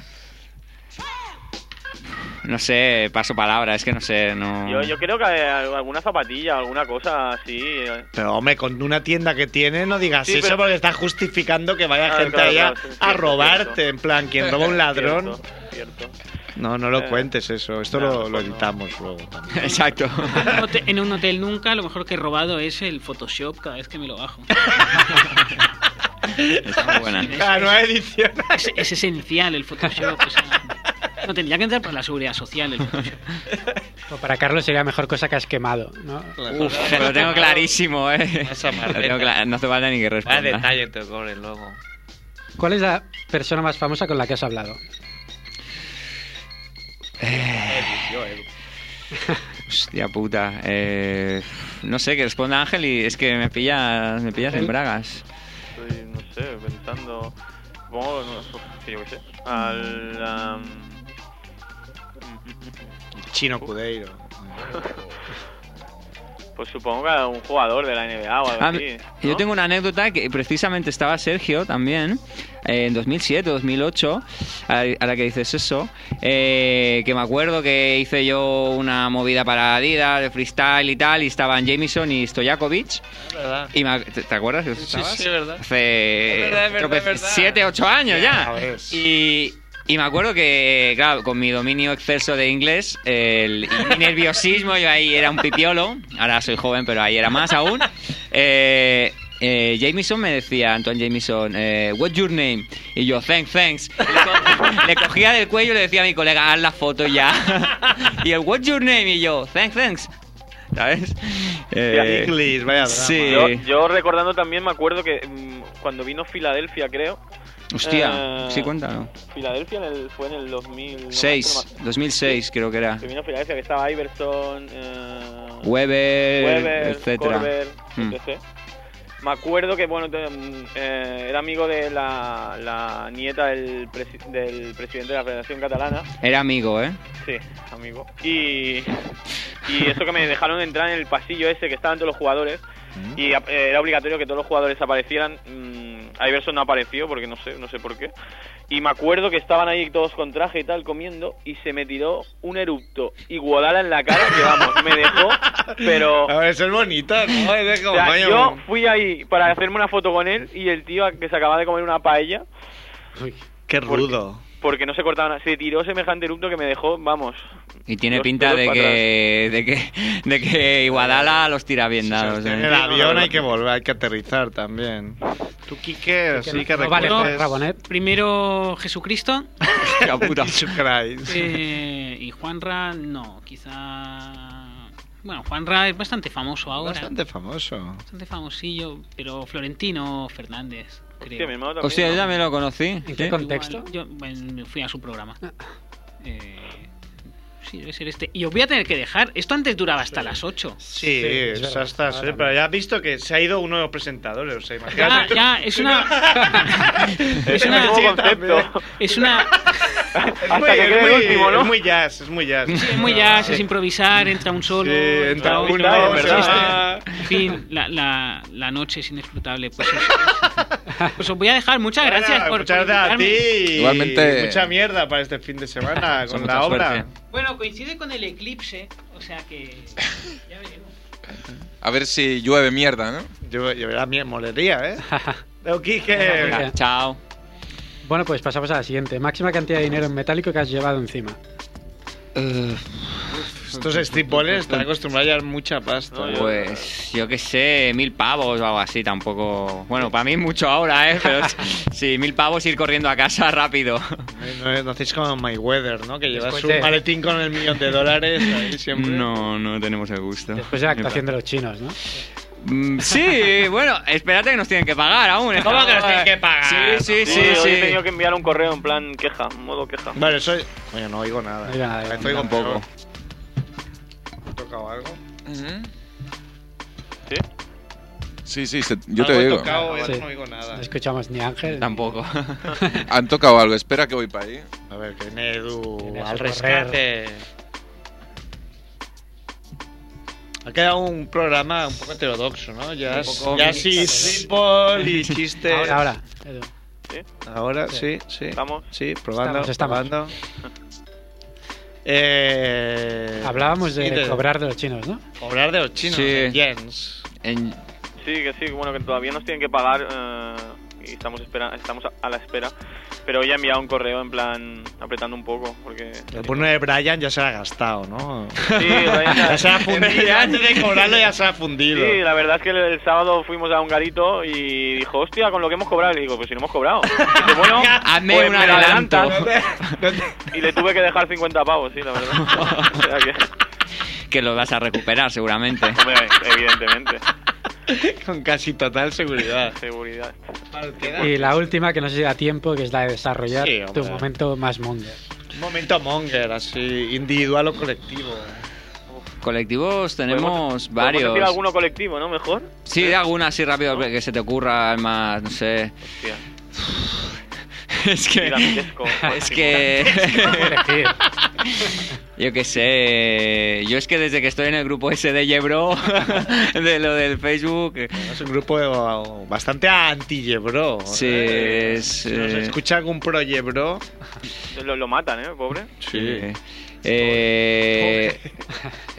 D: no sé, paso palabra, es que no sé, no.
I: Yo, yo creo que eh, alguna zapatilla, alguna cosa así. eh.
E: Pero hombre, con una tienda que tiene no digas
I: Sí,
E: eso
I: pero-
E: porque estás justificando que vaya
I: Ah,
E: gente
I: claro,
E: ahí a-
I: claro, sí,
E: a
I: cierto,
E: robarte.
I: cierto.
E: En plan, quien roba un ladrón.
I: Cierto, cierto.
E: No, no lo
I: Eh,
E: cuentes eso. Esto
I: no,
E: lo, lo
I: mejor no.
E: editamos luego también.
D: Exacto.
J: En un hotel- En un hotel nunca, lo mejor que he robado es el Photoshop cada vez que me lo bajo.
D: Está muy buena.
A: Ah,
E: La nueva edición.
J: Es, es esencial el Photoshop. o sea, no tendría que entrar para la seguridad social el Photoshop.
C: O para Carlos sería mejor cosa que has quemado, ¿no?
D: Uf, pero lo tengo clarísimo, eh.
A: Esa
D: Lo tengo cla- no hace falta ni que
A: Vaya
D: responda.
A: detalle te cobre luego.
C: ¿Cuál es la persona más famosa con la que has hablado?
D: Eh, Hostia puta. Eh, no sé, que responda Ángel y es que me pillas, me pillas en bragas.
I: Estoy, no sé, pensando. Supongo, no, uf, que yo qué sé. Al. am,
E: Chino Cudeiro.
I: pues supongo que a un jugador de la NBA o algo
D: Ah,
I: así.
D: Yo
I: ¿no?
D: tengo una anécdota que precisamente estaba Sergio también, eh, en 2007, 2008, a, a la que dices eso, eh, que me acuerdo que hice yo una movida para Adidas de freestyle y tal, y estaban Jamison y Stojakovic. Y me ac- ¿te, te acuerdas que estabas?
A: verdad.
D: Hace
A: Es verdad, es verdad, es
D: trope-
A: verdad.
D: siete, ocho años
E: Ya
D: ya.
E: ves.
D: Y, y me acuerdo que, claro, con mi dominio exceso de inglés el, y mi nerviosismo, yo ahí era un pipiolo. Ahora soy joven, pero ahí era más aún. Eh, eh, Jameson me decía, Antoine Jameson, eh, what's your name? Y yo, thanks, thanks. Y Le, co- le cogía del cuello y le decía a mi colega, haz la foto ya. Y el, what's your name? Y yo, thanks, thanks. ¿Sabes? Eh,
E: English, vaya drama.
D: sí.
I: Yo, yo recordando también me acuerdo que mm, cuando vino Filadelfia, creo.
D: hostia,
I: Eh,
D: sí, cuéntalo.
I: Filadelfia en el- fue en el 2000. no me
D: 6,
I: acuerdo más.
D: 2006 creo que era.
I: Que vino Filadelfia, que estaba Iverson. eh,
D: Weber,
I: Weber,
D: etcétera.
I: Korver,
D: Mm.
I: etc.. Me acuerdo que bueno te- mm, eh, era amigo de la, la nieta del, presi- del presidente de la Federación Catalana,
D: Era amigo, ¿eh?
I: sí, amigo. Y, y eso que me dejaron entrar en eh, el pasillo ese que estaban todos los jugadores y a- era obligatorio que todos los jugadores aparecieran mm, Iverson no apareció porque no sé, no sé por qué. Y me acuerdo que estaban ahí todos con traje y tal comiendo y se me tiró un erupto igualada en la cara que vamos, me dejó, pero
E: A ver, eso es bonita, ¿no? Es como,
I: o sea,
E: vaya,
I: yo fui ahí para hacerme una foto con él y el tío que se acababa de comer una paella
A: Qué rudo.
I: porque no se cortaban, se tiró semejante erupto que me dejó, vamos.
D: Y tiene
I: Los
D: pinta
I: pelos
D: de
I: pa'
D: que, de que de que Iguadala los tira bien dados.
E: En
D: ¿eh?
E: el avión hay que volver, hay que aterrizar también.
A: Tú, Quique, sí que
C: no vale,
A: recuerdes-
C: Rabonet.
J: Primero Jesucristo
E: Qué puta. Christ.
J: eh, y Juanra, no, quizá... Bueno, Juanra es bastante famoso ahora.
E: Bastante famoso.
J: Bastante famosillo, pero Florentino Fernández, creo.
I: Hostia, mi hermano también,
D: Hostia,
I: ¿no?
D: Pues yo también lo conocí.
C: ¿En
D: ¿sí?
C: qué contexto?
J: Igual, Yo bueno, me fui a su programa. Eh, sí, debe ser este. Y os voy a tener que dejar. Esto antes duraba hasta las 8.
A: Sí,
G: es
A: eso
G: verdad.
A: está, sí, pero ya has visto que se ha ido uno de los presentadores, o sea,
J: Ya,
A: imagínate.
J: ya, es una. es
I: Es
J: una.
I: un nuevo concepto.
J: Es una.
A: Es
I: Hasta
A: muy-
I: que
A: es
I: quede el
A: muy-
I: último, ¿no?
A: Es muy jazz, es muy jazz. Ah,
J: Es muy jazz, es improvisar, entra un solo.
E: Sí, entra
J: otro,
E: uno,
I: Claro,
E: se
I: ¿verdad?
J: existe.
E: va.
J: En fin, la, la, la noche es inexplotable. Pues, eso. Pues os voy a dejar. Muchas
A: Bueno,
J: gracias por.
A: Muchas
J: por
A: gracias a ti.
J: invitarme.
A: y
B: Igualmente.
A: Mucha mierda para este fin de semana con
D: mucha
A: la obra.
D: suerte.
J: Bueno, coincide con el eclipse, o sea que. Ya veremos.
B: A ver si llueve mierda, ¿no?
E: Yo, yo era mi molería, ¿eh?
A: Pero, Quique,
D: Venga, Chao.
C: Bueno, pues pasamos a la siguiente. Máxima cantidad de dinero en metálico que has llevado encima.
A: Eh,
E: Estos stripoles están acostumbrados a llevar mucha pasta.
D: Pues yo qué sé, mil pavos o algo así tampoco. Bueno, para mí mucho ahora, ¿eh? Pero sí, mil pavos ir corriendo a casa rápido.
E: No, no hacéis como My Weather, ¿no? Que llevas
C: Después
E: un
C: de-
E: maletín con el millón de dólares ahí siempre.
D: No, no tenemos el gusto.
C: Después de la actuación de los chinos, ¿no?
D: Mm, Sí, bueno, espérate que nos tienen que pagar aún. ¿eh?
E: ¿Cómo que nos tienen que pagar?
D: Sí, sí,
I: Sí,
D: sí.
I: hoy
D: sí.
I: he tenido que enviar un correo en plan queja, modo queja.
E: Vale, eso. Bueno, no oigo nada.
C: No digo nada, digo
E: Estoy
C: nada.
E: con poco.
A: ¿has tocado algo?
I: ¿Sí?
B: Sí, sí, se- yo te
A: Algo he
B: digo.
A: tocado,
C: Sí.
A: No oigo nada.
C: No escuchamos ni Ángel.
D: Tampoco.
B: Han tocado algo, espera que voy para ahí.
E: A ver, que Nedu
C: Tienes
E: al
C: que
E: rescate. Ha quedado un programa un poco heterodoxo, ¿no? Ya,
D: Un poco
E: ya
D: mix.
E: sí, simple y chiste.
C: Ahora, ahora. Edu.
E: Ahora sí, sí.
I: ¿Estamos?
E: Sí, probando,
C: Estamos, estamos.
E: probando. Eh,
C: Hablábamos
E: sí,
C: de cobrar de los chinos, ¿no?
E: cobrar de los chinos,
D: Sí.
E: de yens.
D: En-
I: Sí, que sí, bueno, que todavía nos tienen que pagar eh, y estamos, espera, estamos a, a la espera. Pero hoy he enviado un correo en plan apretando un poco, porque...
E: El porno de Brian ya se ha gastado, ¿no?
I: Sí, Brian ya-
E: ya se ha fundido. Antes de cobrarlo ya se ha fundido.
I: Sí, la verdad es que el, el sábado fuimos a un garito y dijo, hostia, con lo que hemos cobrado. Y le digo, pues si no hemos cobrado. Y dice, bueno,
D: Hazme
I: pues
D: un
I: me lo
D: adelanto.
I: adelantas. Y le tuve que dejar 50 pavos, sí, la verdad. O sea que, pues,
D: que lo vas a recuperar seguramente.
I: hombre, evidentemente,
E: Con casi total seguridad.
I: seguridad.
C: Y la última, que no sé si da tiempo, que es la de desarrollar
E: Sí,
C: tu
E: hombre.
C: momento más monger.
E: Un momento monger, así, individual o colectivo.
D: Colectivos tenemos
I: ¿Podemos
D: varios.
I: decir alguno colectivo, ¿no? Mejor.
D: Sí, de alguna así rápido que se te ocurra más, no sé.
I: Hostia,
D: Es que
I: Gigantesco,
D: es
I: máximo.
D: que
C: Elegir.
D: yo qué sé, yo es que desde que estoy en el grupo ese de Yebro de lo del Facebook,
E: Es un grupo bastante anti-yebro.
D: sí
E: ¿eh?
D: es
E: Si nos
D: eh,
E: escucha algún pro-yebro,
I: Lo, lo matan, ¿eh? Pobre.
D: Sí. Eh,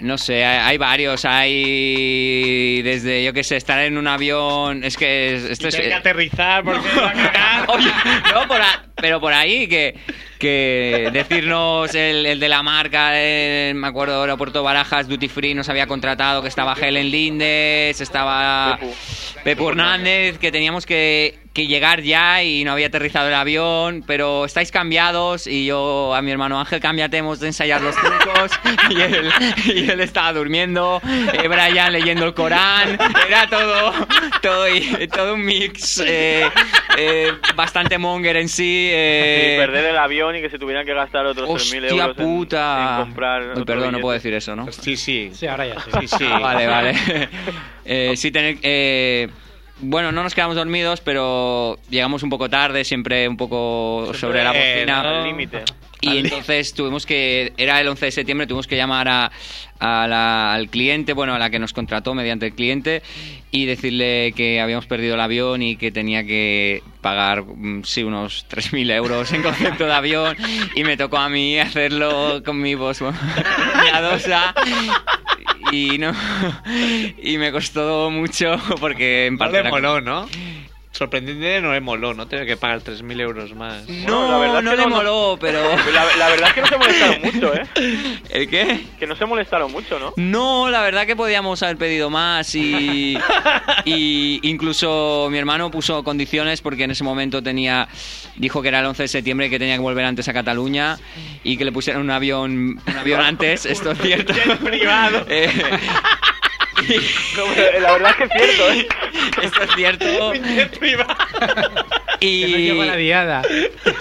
D: no sé, hay, hay varios, hay desde, yo qué sé, estar en un avión, es que es- esto
E: y
D: es... eh,
E: tiene que aterrizar porque va a cagar.
D: Oye, no, por a- pero por ahí que, que decirnos el, el de la marca, eh, me acuerdo, Aeropuerto Barajas, Duty Free nos había contratado, que estaba Helen Lindes, estaba
I: Pepu.
D: Pepu Hernández, que teníamos que, que llegar ya y no había aterrizado el avión, pero estáis cambiados y yo a mi hermano Ángel, cámbiate, hemos de ensayar los trucos y él, y él estaba durmiendo, eh, Brian leyendo el Corán, era todo, todo, y- todo un mix eh, eh, bastante monger en sí. eh,
I: Y perder el avión y que se tuvieran que gastar otros 3.000
D: Hostia
I: euros en-
D: puta.
I: En, comprar.
D: Uy,
I: otro
D: perdón, no
I: billete.
D: puedo decir eso, ¿no?
E: Sí, sí.
C: Sí, ahora ya sí.
E: Sí, sí.
D: Ah, vale, vale. Eh, sí, tener. eh, bueno, no nos quedamos dormidos, pero llegamos un poco tarde, siempre un poco sobre la
E: eh,
D: bocina.
E: no.
I: Al límite.
D: Y entonces tuvimos que, era el 11 de septiembre, tuvimos que llamar a, a la- al cliente, bueno, a la que nos contrató mediante el cliente, y decirle que habíamos perdido el avión y que tenía que pagar, mm, sí, unos 3.000 euros en concepto de avión, y me tocó a mí hacerlo con mi voz miadosa. Y no y me costó mucho porque en parte
A: No le
D: era-
A: moló, ¿no? Sorprendente no le moló, ¿no? Tener que pagar 3.000 euros más.
D: No, la verdad no le moló, pero...
I: La, la verdad es que no se molestaron mucho, ¿eh?
D: ¿El qué?
I: Que no se molestaron mucho, ¿no?
D: No, la verdad que podíamos haber pedido más y, y incluso mi hermano puso condiciones porque en ese momento tenía dijo que era el 11 de septiembre y que tenía que volver antes a Cataluña y que le pusieron un avión un avión antes, esto es cierto.
I: privado.
D: Eh,
I: No, pero la verdad es que es cierto, ¿eh?
D: esto es cierto.
C: Que no llegó a la
D: Y
C: diada.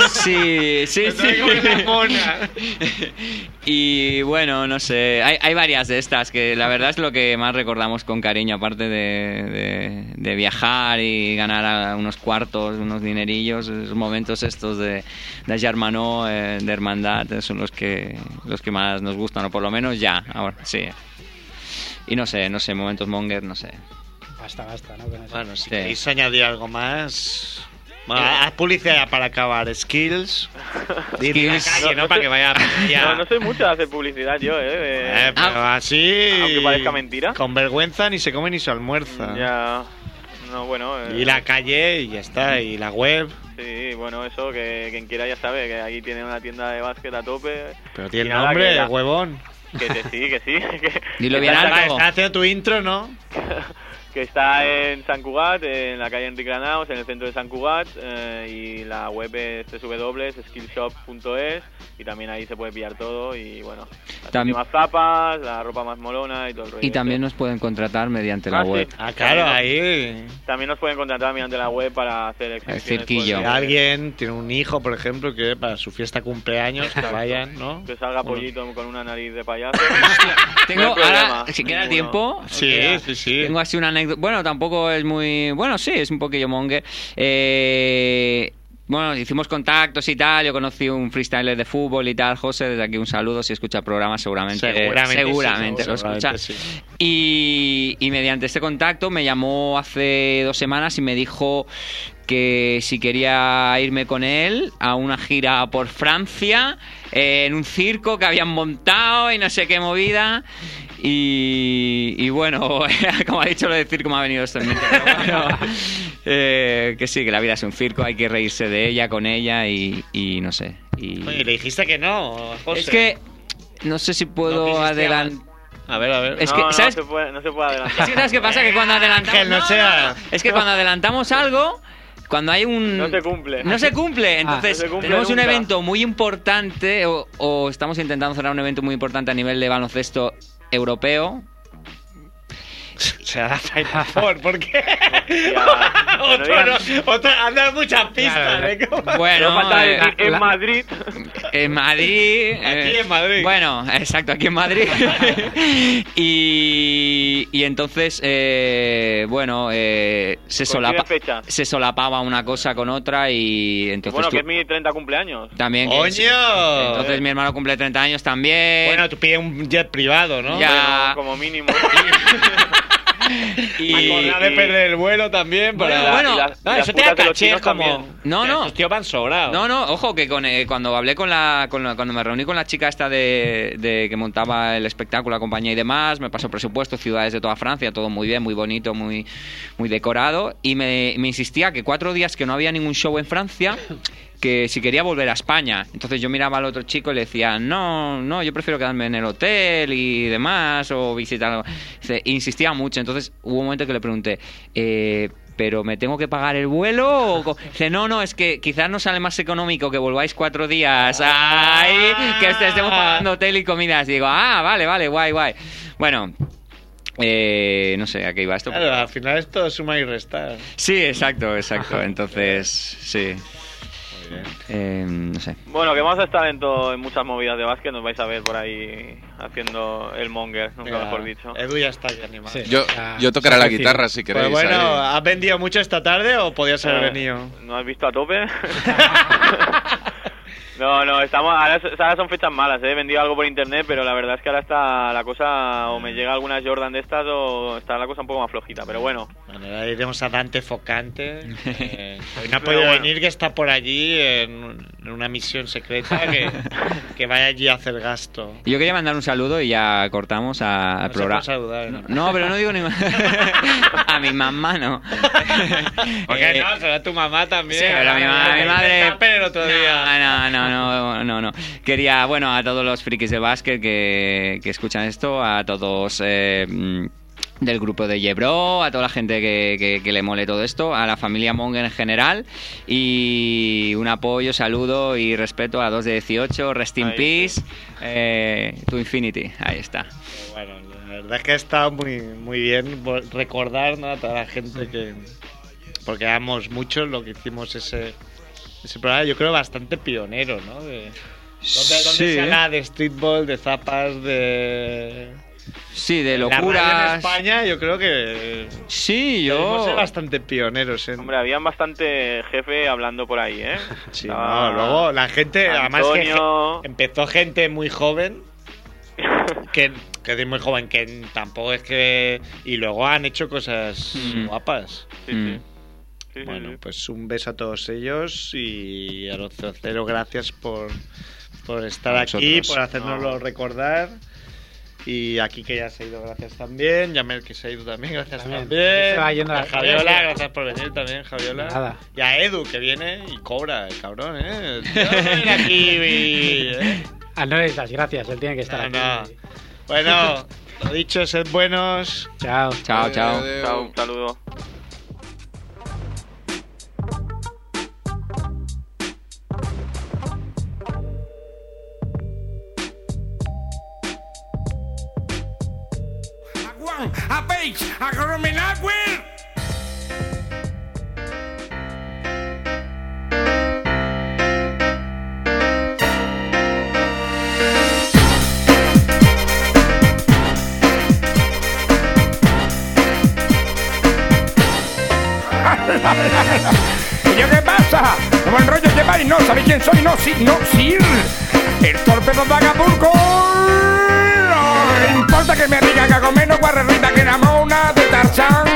D: sí, sí, sí. Y bueno, no sé, hay, hay varias de estas que la verdad es lo que más recordamos con cariño, aparte de, de- de viajar y ganar a- unos cuartos, unos dinerillos, esos momentos estos de, de Germanó, eh, de hermandad, eh, son los que, los que más nos gustan, o por lo menos ya, ahora sí. Y no sé, no sé, momentos monger, no sé.
C: Basta, basta, ¿no? Con eso.
A: Bueno, si
D: Sí. Eh,
A: queréis añadir algo más. Bueno, haz publicidad para acabar. Skills. Did en la
D: Skills.
A: calle, no, para que vaya. ya.
I: No, no soy mucho de hacer publicidad yo, ¿eh?
A: Eh,
I: Eh,
D: Ah.
A: pero así.
I: aunque parezca mentira.
A: Con vergüenza ni se come ni se almuerza.
I: Ya. No, bueno. eh,
A: Y la calle y ya está. Y la web.
I: Sí, bueno, eso, que quien quiera ya sabe que aquí tienen una tienda de básquet a tope.
A: Pero tiene
I: Y nada, que
A: nombre,
I: ya-
A: huevón.
I: Que te- sí, que sí. Que,
D: Dilo
I: que
D: bien
I: está-
A: Estás
D: alto.
A: estás haciendo tu intro, ¿no?
I: que está en San Cugat, en la calle Enrique Granados, en el centro de San Cugat, eh, y la web es www.skillshop.es y también ahí se puede pillar todo y bueno, las
D: Tam-
I: últimas zapas, la ropa más molona y todo el rollo.
D: Y también
I: ese.
D: nos pueden contratar mediante la
I: Ah, sí.
D: web.
A: Ah, claro, ahí.
I: También nos pueden contratar mediante la web para hacer exhibiciones.
D: cirquillo.
I: por-
A: Si alguien tiene un hijo, por ejemplo, que para su fiesta cumpleaños, que vayan, ¿no?
I: Que salga pollito con una nariz de payaso.
D: Tengo,
I: No hay problema,
D: ahora, si queda
I: ninguno.
D: tiempo,
A: Sí, sí, sí.
D: Tengo así una anécdota. Bueno, tampoco es muy. Bueno, sí, es un poquillo monger. Eh, Bueno, hicimos contactos y tal. Yo conocí un freestyler de fútbol y tal, José. Desde aquí un saludo. Si escucha el programa, seguramente.
A: Seguramente sí,
D: seguramente lo
A: seguramente
D: escucha.
A: sí.
D: Y, y mediante este contacto me llamó hace dos semanas y me dijo que si quería irme con él a una gira por Francia eh, en un circo que habían montado y no sé qué movida. Y, y bueno, como ha dicho lo de circo me ha venido esto en mente. pero bueno, eh, que sí, que la vida es un circo, hay que reírse de ella, con ella y, y no sé. Y,
A: Oye, le dijiste que no, José.
D: es que no sé si puedo
A: quisiste
D: adelantar.
A: A ver, a ver.
D: Es
I: no,
D: que,
I: no,
D: ¿sabes?
I: se puede, no se puede adelantar.
D: Es que, ¿sabes qué pasa? Que cuando adelantamos.
A: Ángel, no sea-
D: Es que cuando adelantamos algo, cuando hay un.
I: No se cumple.
D: No se
A: Ah.
D: cumple. Entonces,
I: no se cumple
D: tenemos un
I: nunca.
D: evento muy importante, o, o estamos intentando cerrar un evento muy importante a nivel de baloncesto europeo.
A: Se da por favor, ¿por qué?
I: Ya, no
A: otro, no,
I: digas-
A: otro, han dado muchas pistas. ¿eh? ¿Cómo?
I: Pero
D: Bueno,
I: falta
D: eh,
I: decir en
D: la-
I: Madrid.
D: en Madrid.
A: Aquí
D: eh,
A: en Madrid.
D: Bueno, exacto, aquí en Madrid. y, y entonces, eh, bueno, eh, se,
I: Coinciden
D: solapa-
I: fechas.
D: se solapaba una cosa con otra y entonces.
I: bueno,
D: tú-
I: que es mi 30 cumpleaños.
D: También. que-
A: ¡Coño!
D: Entonces mi hermano cumple 30 años también.
A: Bueno, tú pides un jet privado, ¿no?
D: Ya.
I: Bueno, como mínimo.
D: y,
A: Acordar de perder el vuelo también para...
D: Bueno,
I: Y las-
A: no,
I: y las
A: eso te da
I: putas de los
A: caché, es
I: chinos
A: como...
I: también.
D: No, no.
A: Los tíos van sobrados.
D: no, no, ojo, que con, eh, cuando hablé con la, con la- Cuando me reuní con la chica esta de, de que montaba el espectáculo, la compañía y demás, me pasó presupuesto, ciudades de toda Francia, todo muy bien, muy bonito, muy, muy decorado. Y me, me insistía que cuatro días que no había ningún show en Francia. que si quería volver a España. Entonces yo miraba al otro chico y le decía, no, no, yo prefiero quedarme en el hotel y demás, o visitar... Dice, Insistía mucho, entonces hubo un momento que le pregunté, "Eh, pero ¿me tengo que pagar el vuelo? o co-?" Dice, no, no, es que quizás no sale más económico que volváis cuatro días ahí, que est- estemos pagando hotel y comidas. Y digo, ah, vale, vale, guay, guay. Bueno, eh, no sé a qué iba esto.
A: Claro, al final esto suma y restar.
D: Sí, exacto, exacto. Entonces, sí. Eh, no sé.
I: Bueno, que vamos a estar en, todo- en muchas movidas de básquet, nos vais a ver por ahí haciendo el monger, nunca
A: Venga,
I: mejor dicho.
A: Edu ya está aquí animado.
C: Sí.
B: Yo,
C: Ah,
B: yo tocaré la
C: sí, sí.
B: guitarra si queréis.
A: Pues bueno,
B: ahí.
A: ¿has vendido mucho esta tarde o podías haber
I: Eh,
A: venido?
I: ¿No has visto a tope? No, no, estamos, ahora, es- ahora son fechas malas, ¿eh? he vendido algo por internet, pero la verdad es que ahora está la cosa, o me llega alguna Jordan de estas, o está la cosa un poco más flojita, pero bueno.
A: Bueno, ahora iremos a Dante Focante. eh, que hoy no ha
I: Pero
A: podido
I: bueno.
A: venir, que está por allí en, un- en una misión secreta, que, que vaya allí a hacer gasto.
D: Yo quería mandar un saludo y ya cortamos a- al
A: No se puede
D: programa.
A: saludar, ¿no?
D: No, pero no digo ni ma- a mi mamá, no.
A: ¿Por qué no? Será tu mamá también.
D: Eh, Sí, pero mi, ma- mi madre.
A: Tapper el otro día.
D: No, no, no, no, no. Quería, bueno, a todos los frikis de básquet que, que escuchan esto, a todos. eh, mm, del grupo de Yebro, a toda la gente que, que- que le mole todo esto, a la familia Monger en general y un apoyo, saludo y respeto a 2 de 18, Rest in
A: Ahí
D: Peace, eh, To Infinity, ahí está.
A: Bueno, la verdad es que está muy, muy bien vol- recordar ¿no? a toda la gente que. Porque éramos muchos lo que hicimos ese, ese programa, yo creo bastante pionero, ¿no? De, ¿Dónde, dónde
D: Sí.
A: se habla de streetball, de zapas, de.
D: Sí, de
A: La radio en
D: locuras.
A: España, yo creo que.
D: Sí, yo.
A: Debimos ser bastante pioneros en.
I: Hombre, habían bastante jefe hablando por ahí, ¿eh?
A: Sí,
I: Estaba
A: no, luego la gente, además que
I: Antonio.
A: ge- empezó gente muy joven, que, que de muy joven, que tampoco es que... Y luego han hecho cosas
D: Mm.
A: guapas.
I: Sí, sí. Sí, sí,
A: Bueno,
I: sí.
A: pues un beso a todos ellos y a los cero gracias por, por estar
D: A
A: aquí,
D: vosotros.
A: por hacérnoslo recordar. Y aquí que ya se ha ido, gracias también. Yamel que se ha ido también, gracias también.
C: También. Se va yendo
A: a
C: la-
A: Javiola, gracias por venir también, Javiola.
C: Nada.
A: Y a Edu que viene y cobra, el cabrón, ¿eh? Yo voy a ir aquí, y- ¿eh?
C: Ah, no les das gracias, él tiene que estar
A: No,
C: aquí.
A: Bueno, lo dicho, sed buenos.
C: Chao.
D: Chao, chao.
I: Chao, un saludo.
M: a Page, a Roman Atwell. ¿Y yo qué pasa? No me enrollo, lleváis, no, ¿sabéis quién soy? No, sí, no, sí. El torpedo de Acapulco. No importa que me digan que hago menos guarrerita que la mona de Tarzán.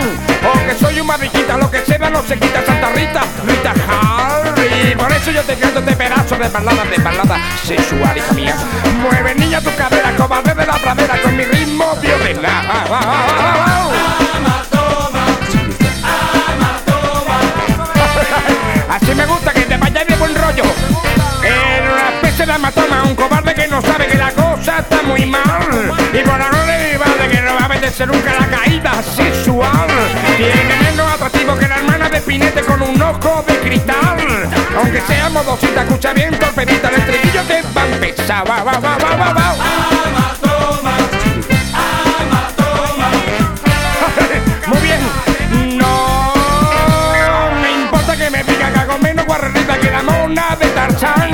M: O que soy un madriquita, lo que se da no se quita Santa Rita, Rita Harry. Por eso yo te canto este pedazo de balada, de balada sexual, hija mía. Mueve niña tu cadera, cobarde de la pradera, con mi ritmo violeta. Así me gusta que te vayas de buen rollo. En una especie de amatoma, un cobarde que no sabe que la cosa está muy mal. Y por la no le diva de que no va a meterse nunca la caída sexual. Tiene menos atractivo que la hermana de Pinete con un ojo de cristal. Aunque sea modosita, escucha bien torpedita, el estribillo te va a empezar. Va, va, va, va, va, va. Muy bien. No me importa que me diga que hago menos guarrerita que la mona de Tarzán.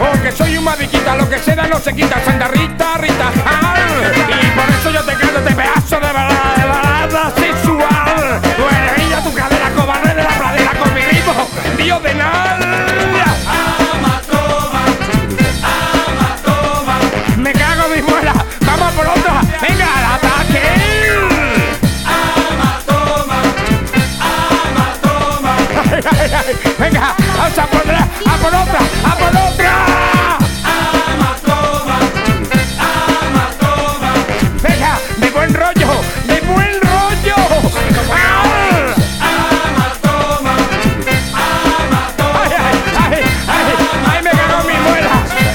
M: O que soy un mariquita, lo que se da no se quita. Santa Rita, Rita Hall. Y por eso yo te canto este pedazo de balada, de balada sexual. Tu herida, tu cadera, cobarde de la pradera con mi ritmo. Dios de nada. Me cago en mi muela. Vamos por otra. Venga, al ataque. Venga, vamos a por, la- a por otra, a por otra. Venga, de buen rollo, de buen rollo. ¡Au! Ay, ay, ay, ay, ay, me cagó mi muela.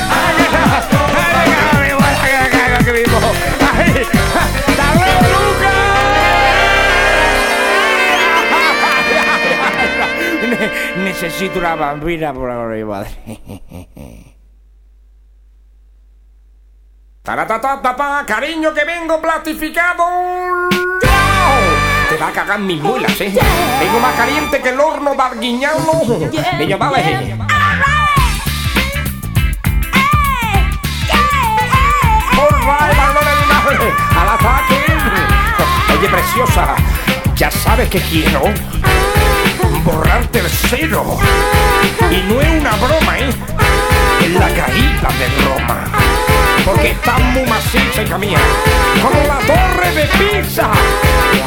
M: Ay, me cagó- ay, me cagó mi muela, que me cago aquí mismo. Ay, hasta luego, Lucas. Ne- Necesito una bambina por ahora, mi madre. Taratatapa, cariño que vengo plastificado. Te va a cagar mis muelas, eh. Vengo más caliente que el horno de Arguiñano. Me llamaba eh. All right, valor animal, al ataque. Oye, preciosa, ya sabes que quiero borrar tercero. Y no es una broma, ¿eh? En la cabeza. porque está muy maciza, hija mía. Como la torre de pizza.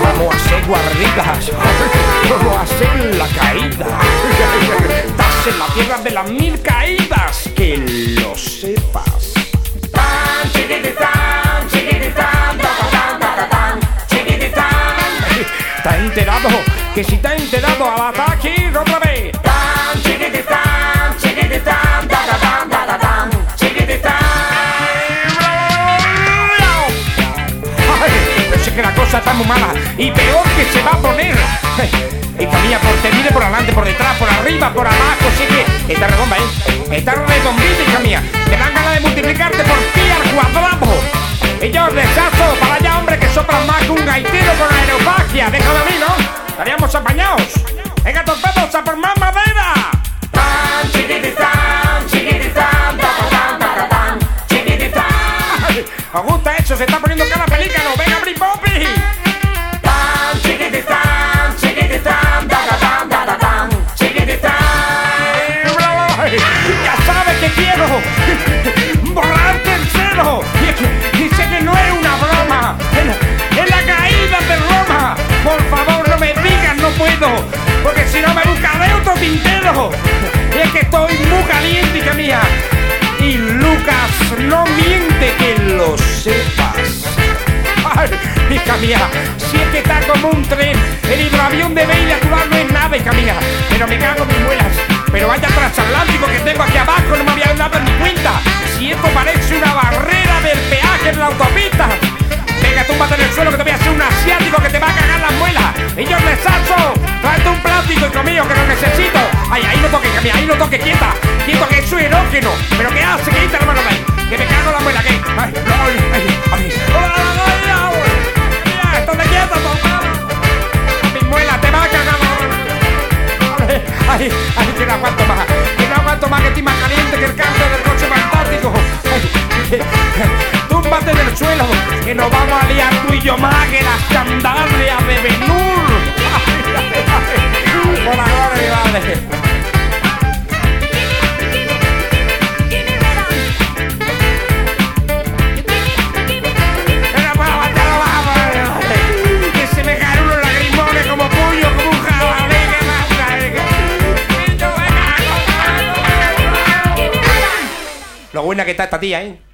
M: Vamos a hacer guarditas, vamos a hacer la caída. Estás en la tierra de las mil caídas, que lo sepas. Tan, chiquititán, chiquititán, tacatán, tacatán, chiquititán. ¿Estás enterado? Que si estás enterado, al ataque, otra vez. Tan, chiquititán, chiquititán, tacatán, tacatán, chiquititán. ¡Bravo! Ay, yo sé que la cosa está muy mala y peor que se va a poner. Y mía, por te mire por adelante, por detrás, por arriba, por abajo, sé que está redonda, ¿eh? Está redondita, hija mía. Te dan ganas de multiplicarte por ti al cuadrado. Y yo rechazo para allá, hombre, que soplan más que un gaitero con aerofagia. Déjame a mí, ¿no? Estaríamos apañados. Venga, torpedos, a por más madera. Tan, chiquititán, chiquititán, tacatán, tacatán, chiquititán. ¿Os gusta eso? Se está poniendo cara pelícano. ¡Venga, Brie Poppy! Tan, chiquititán, chiquititán, tacatán, tacatán, chiquititán. ¡Bravo! Ya sabes que quiero volarte el cero. Y, es que- y sé que no es una broma. Es la- Es la caída de Roma. Por favor, no me digas, no puedo. Porque si no me buscaré otro tintero. Y es que estoy muy caliente, hija mía. Y Lucas no miente que lo sepas. Ay, hija mía, si es que está como un tren, el hidroavión de Bale actual no es nada, hija mía, pero me cago en mis muelas. Pero vaya transatlántico que tengo aquí abajo, no me había dado ni cuenta. Si esto parece una barrera del peaje en la autopista. Venga, túmbate en el suelo que te voy a hacer un asiático que te va a cagar las muelas. Y yo rechazo, tráete un plástico, hijo mío, que lo necesito. Ay, ahí no toque, hija mía, ahí no toque, quieta. Quieto que es su erógeno. Pero ¿qué hace? Quita la mano de ahí. Que me cago en la muela, que. Ay, no, ay, ay, ay. ¡Hola, hola, hola, hola! Mira, esto me quieta, papá. Mi muela te va a cagar. Ay, ay, que no aguanto más. Que no aguanto más, que estoy más caliente que el canto del coche fantástico. Ay, que- Túmbate del suelo, que nos vamos a liar tú y yo más que las sandalias de Benur. Por la gloria de mi madre. Era para matar a la baba, eh, Que se me caen unos lagrimones como puño, como un jabalí que mata, eh, que- Lo buena que está esta tía, ¿eh?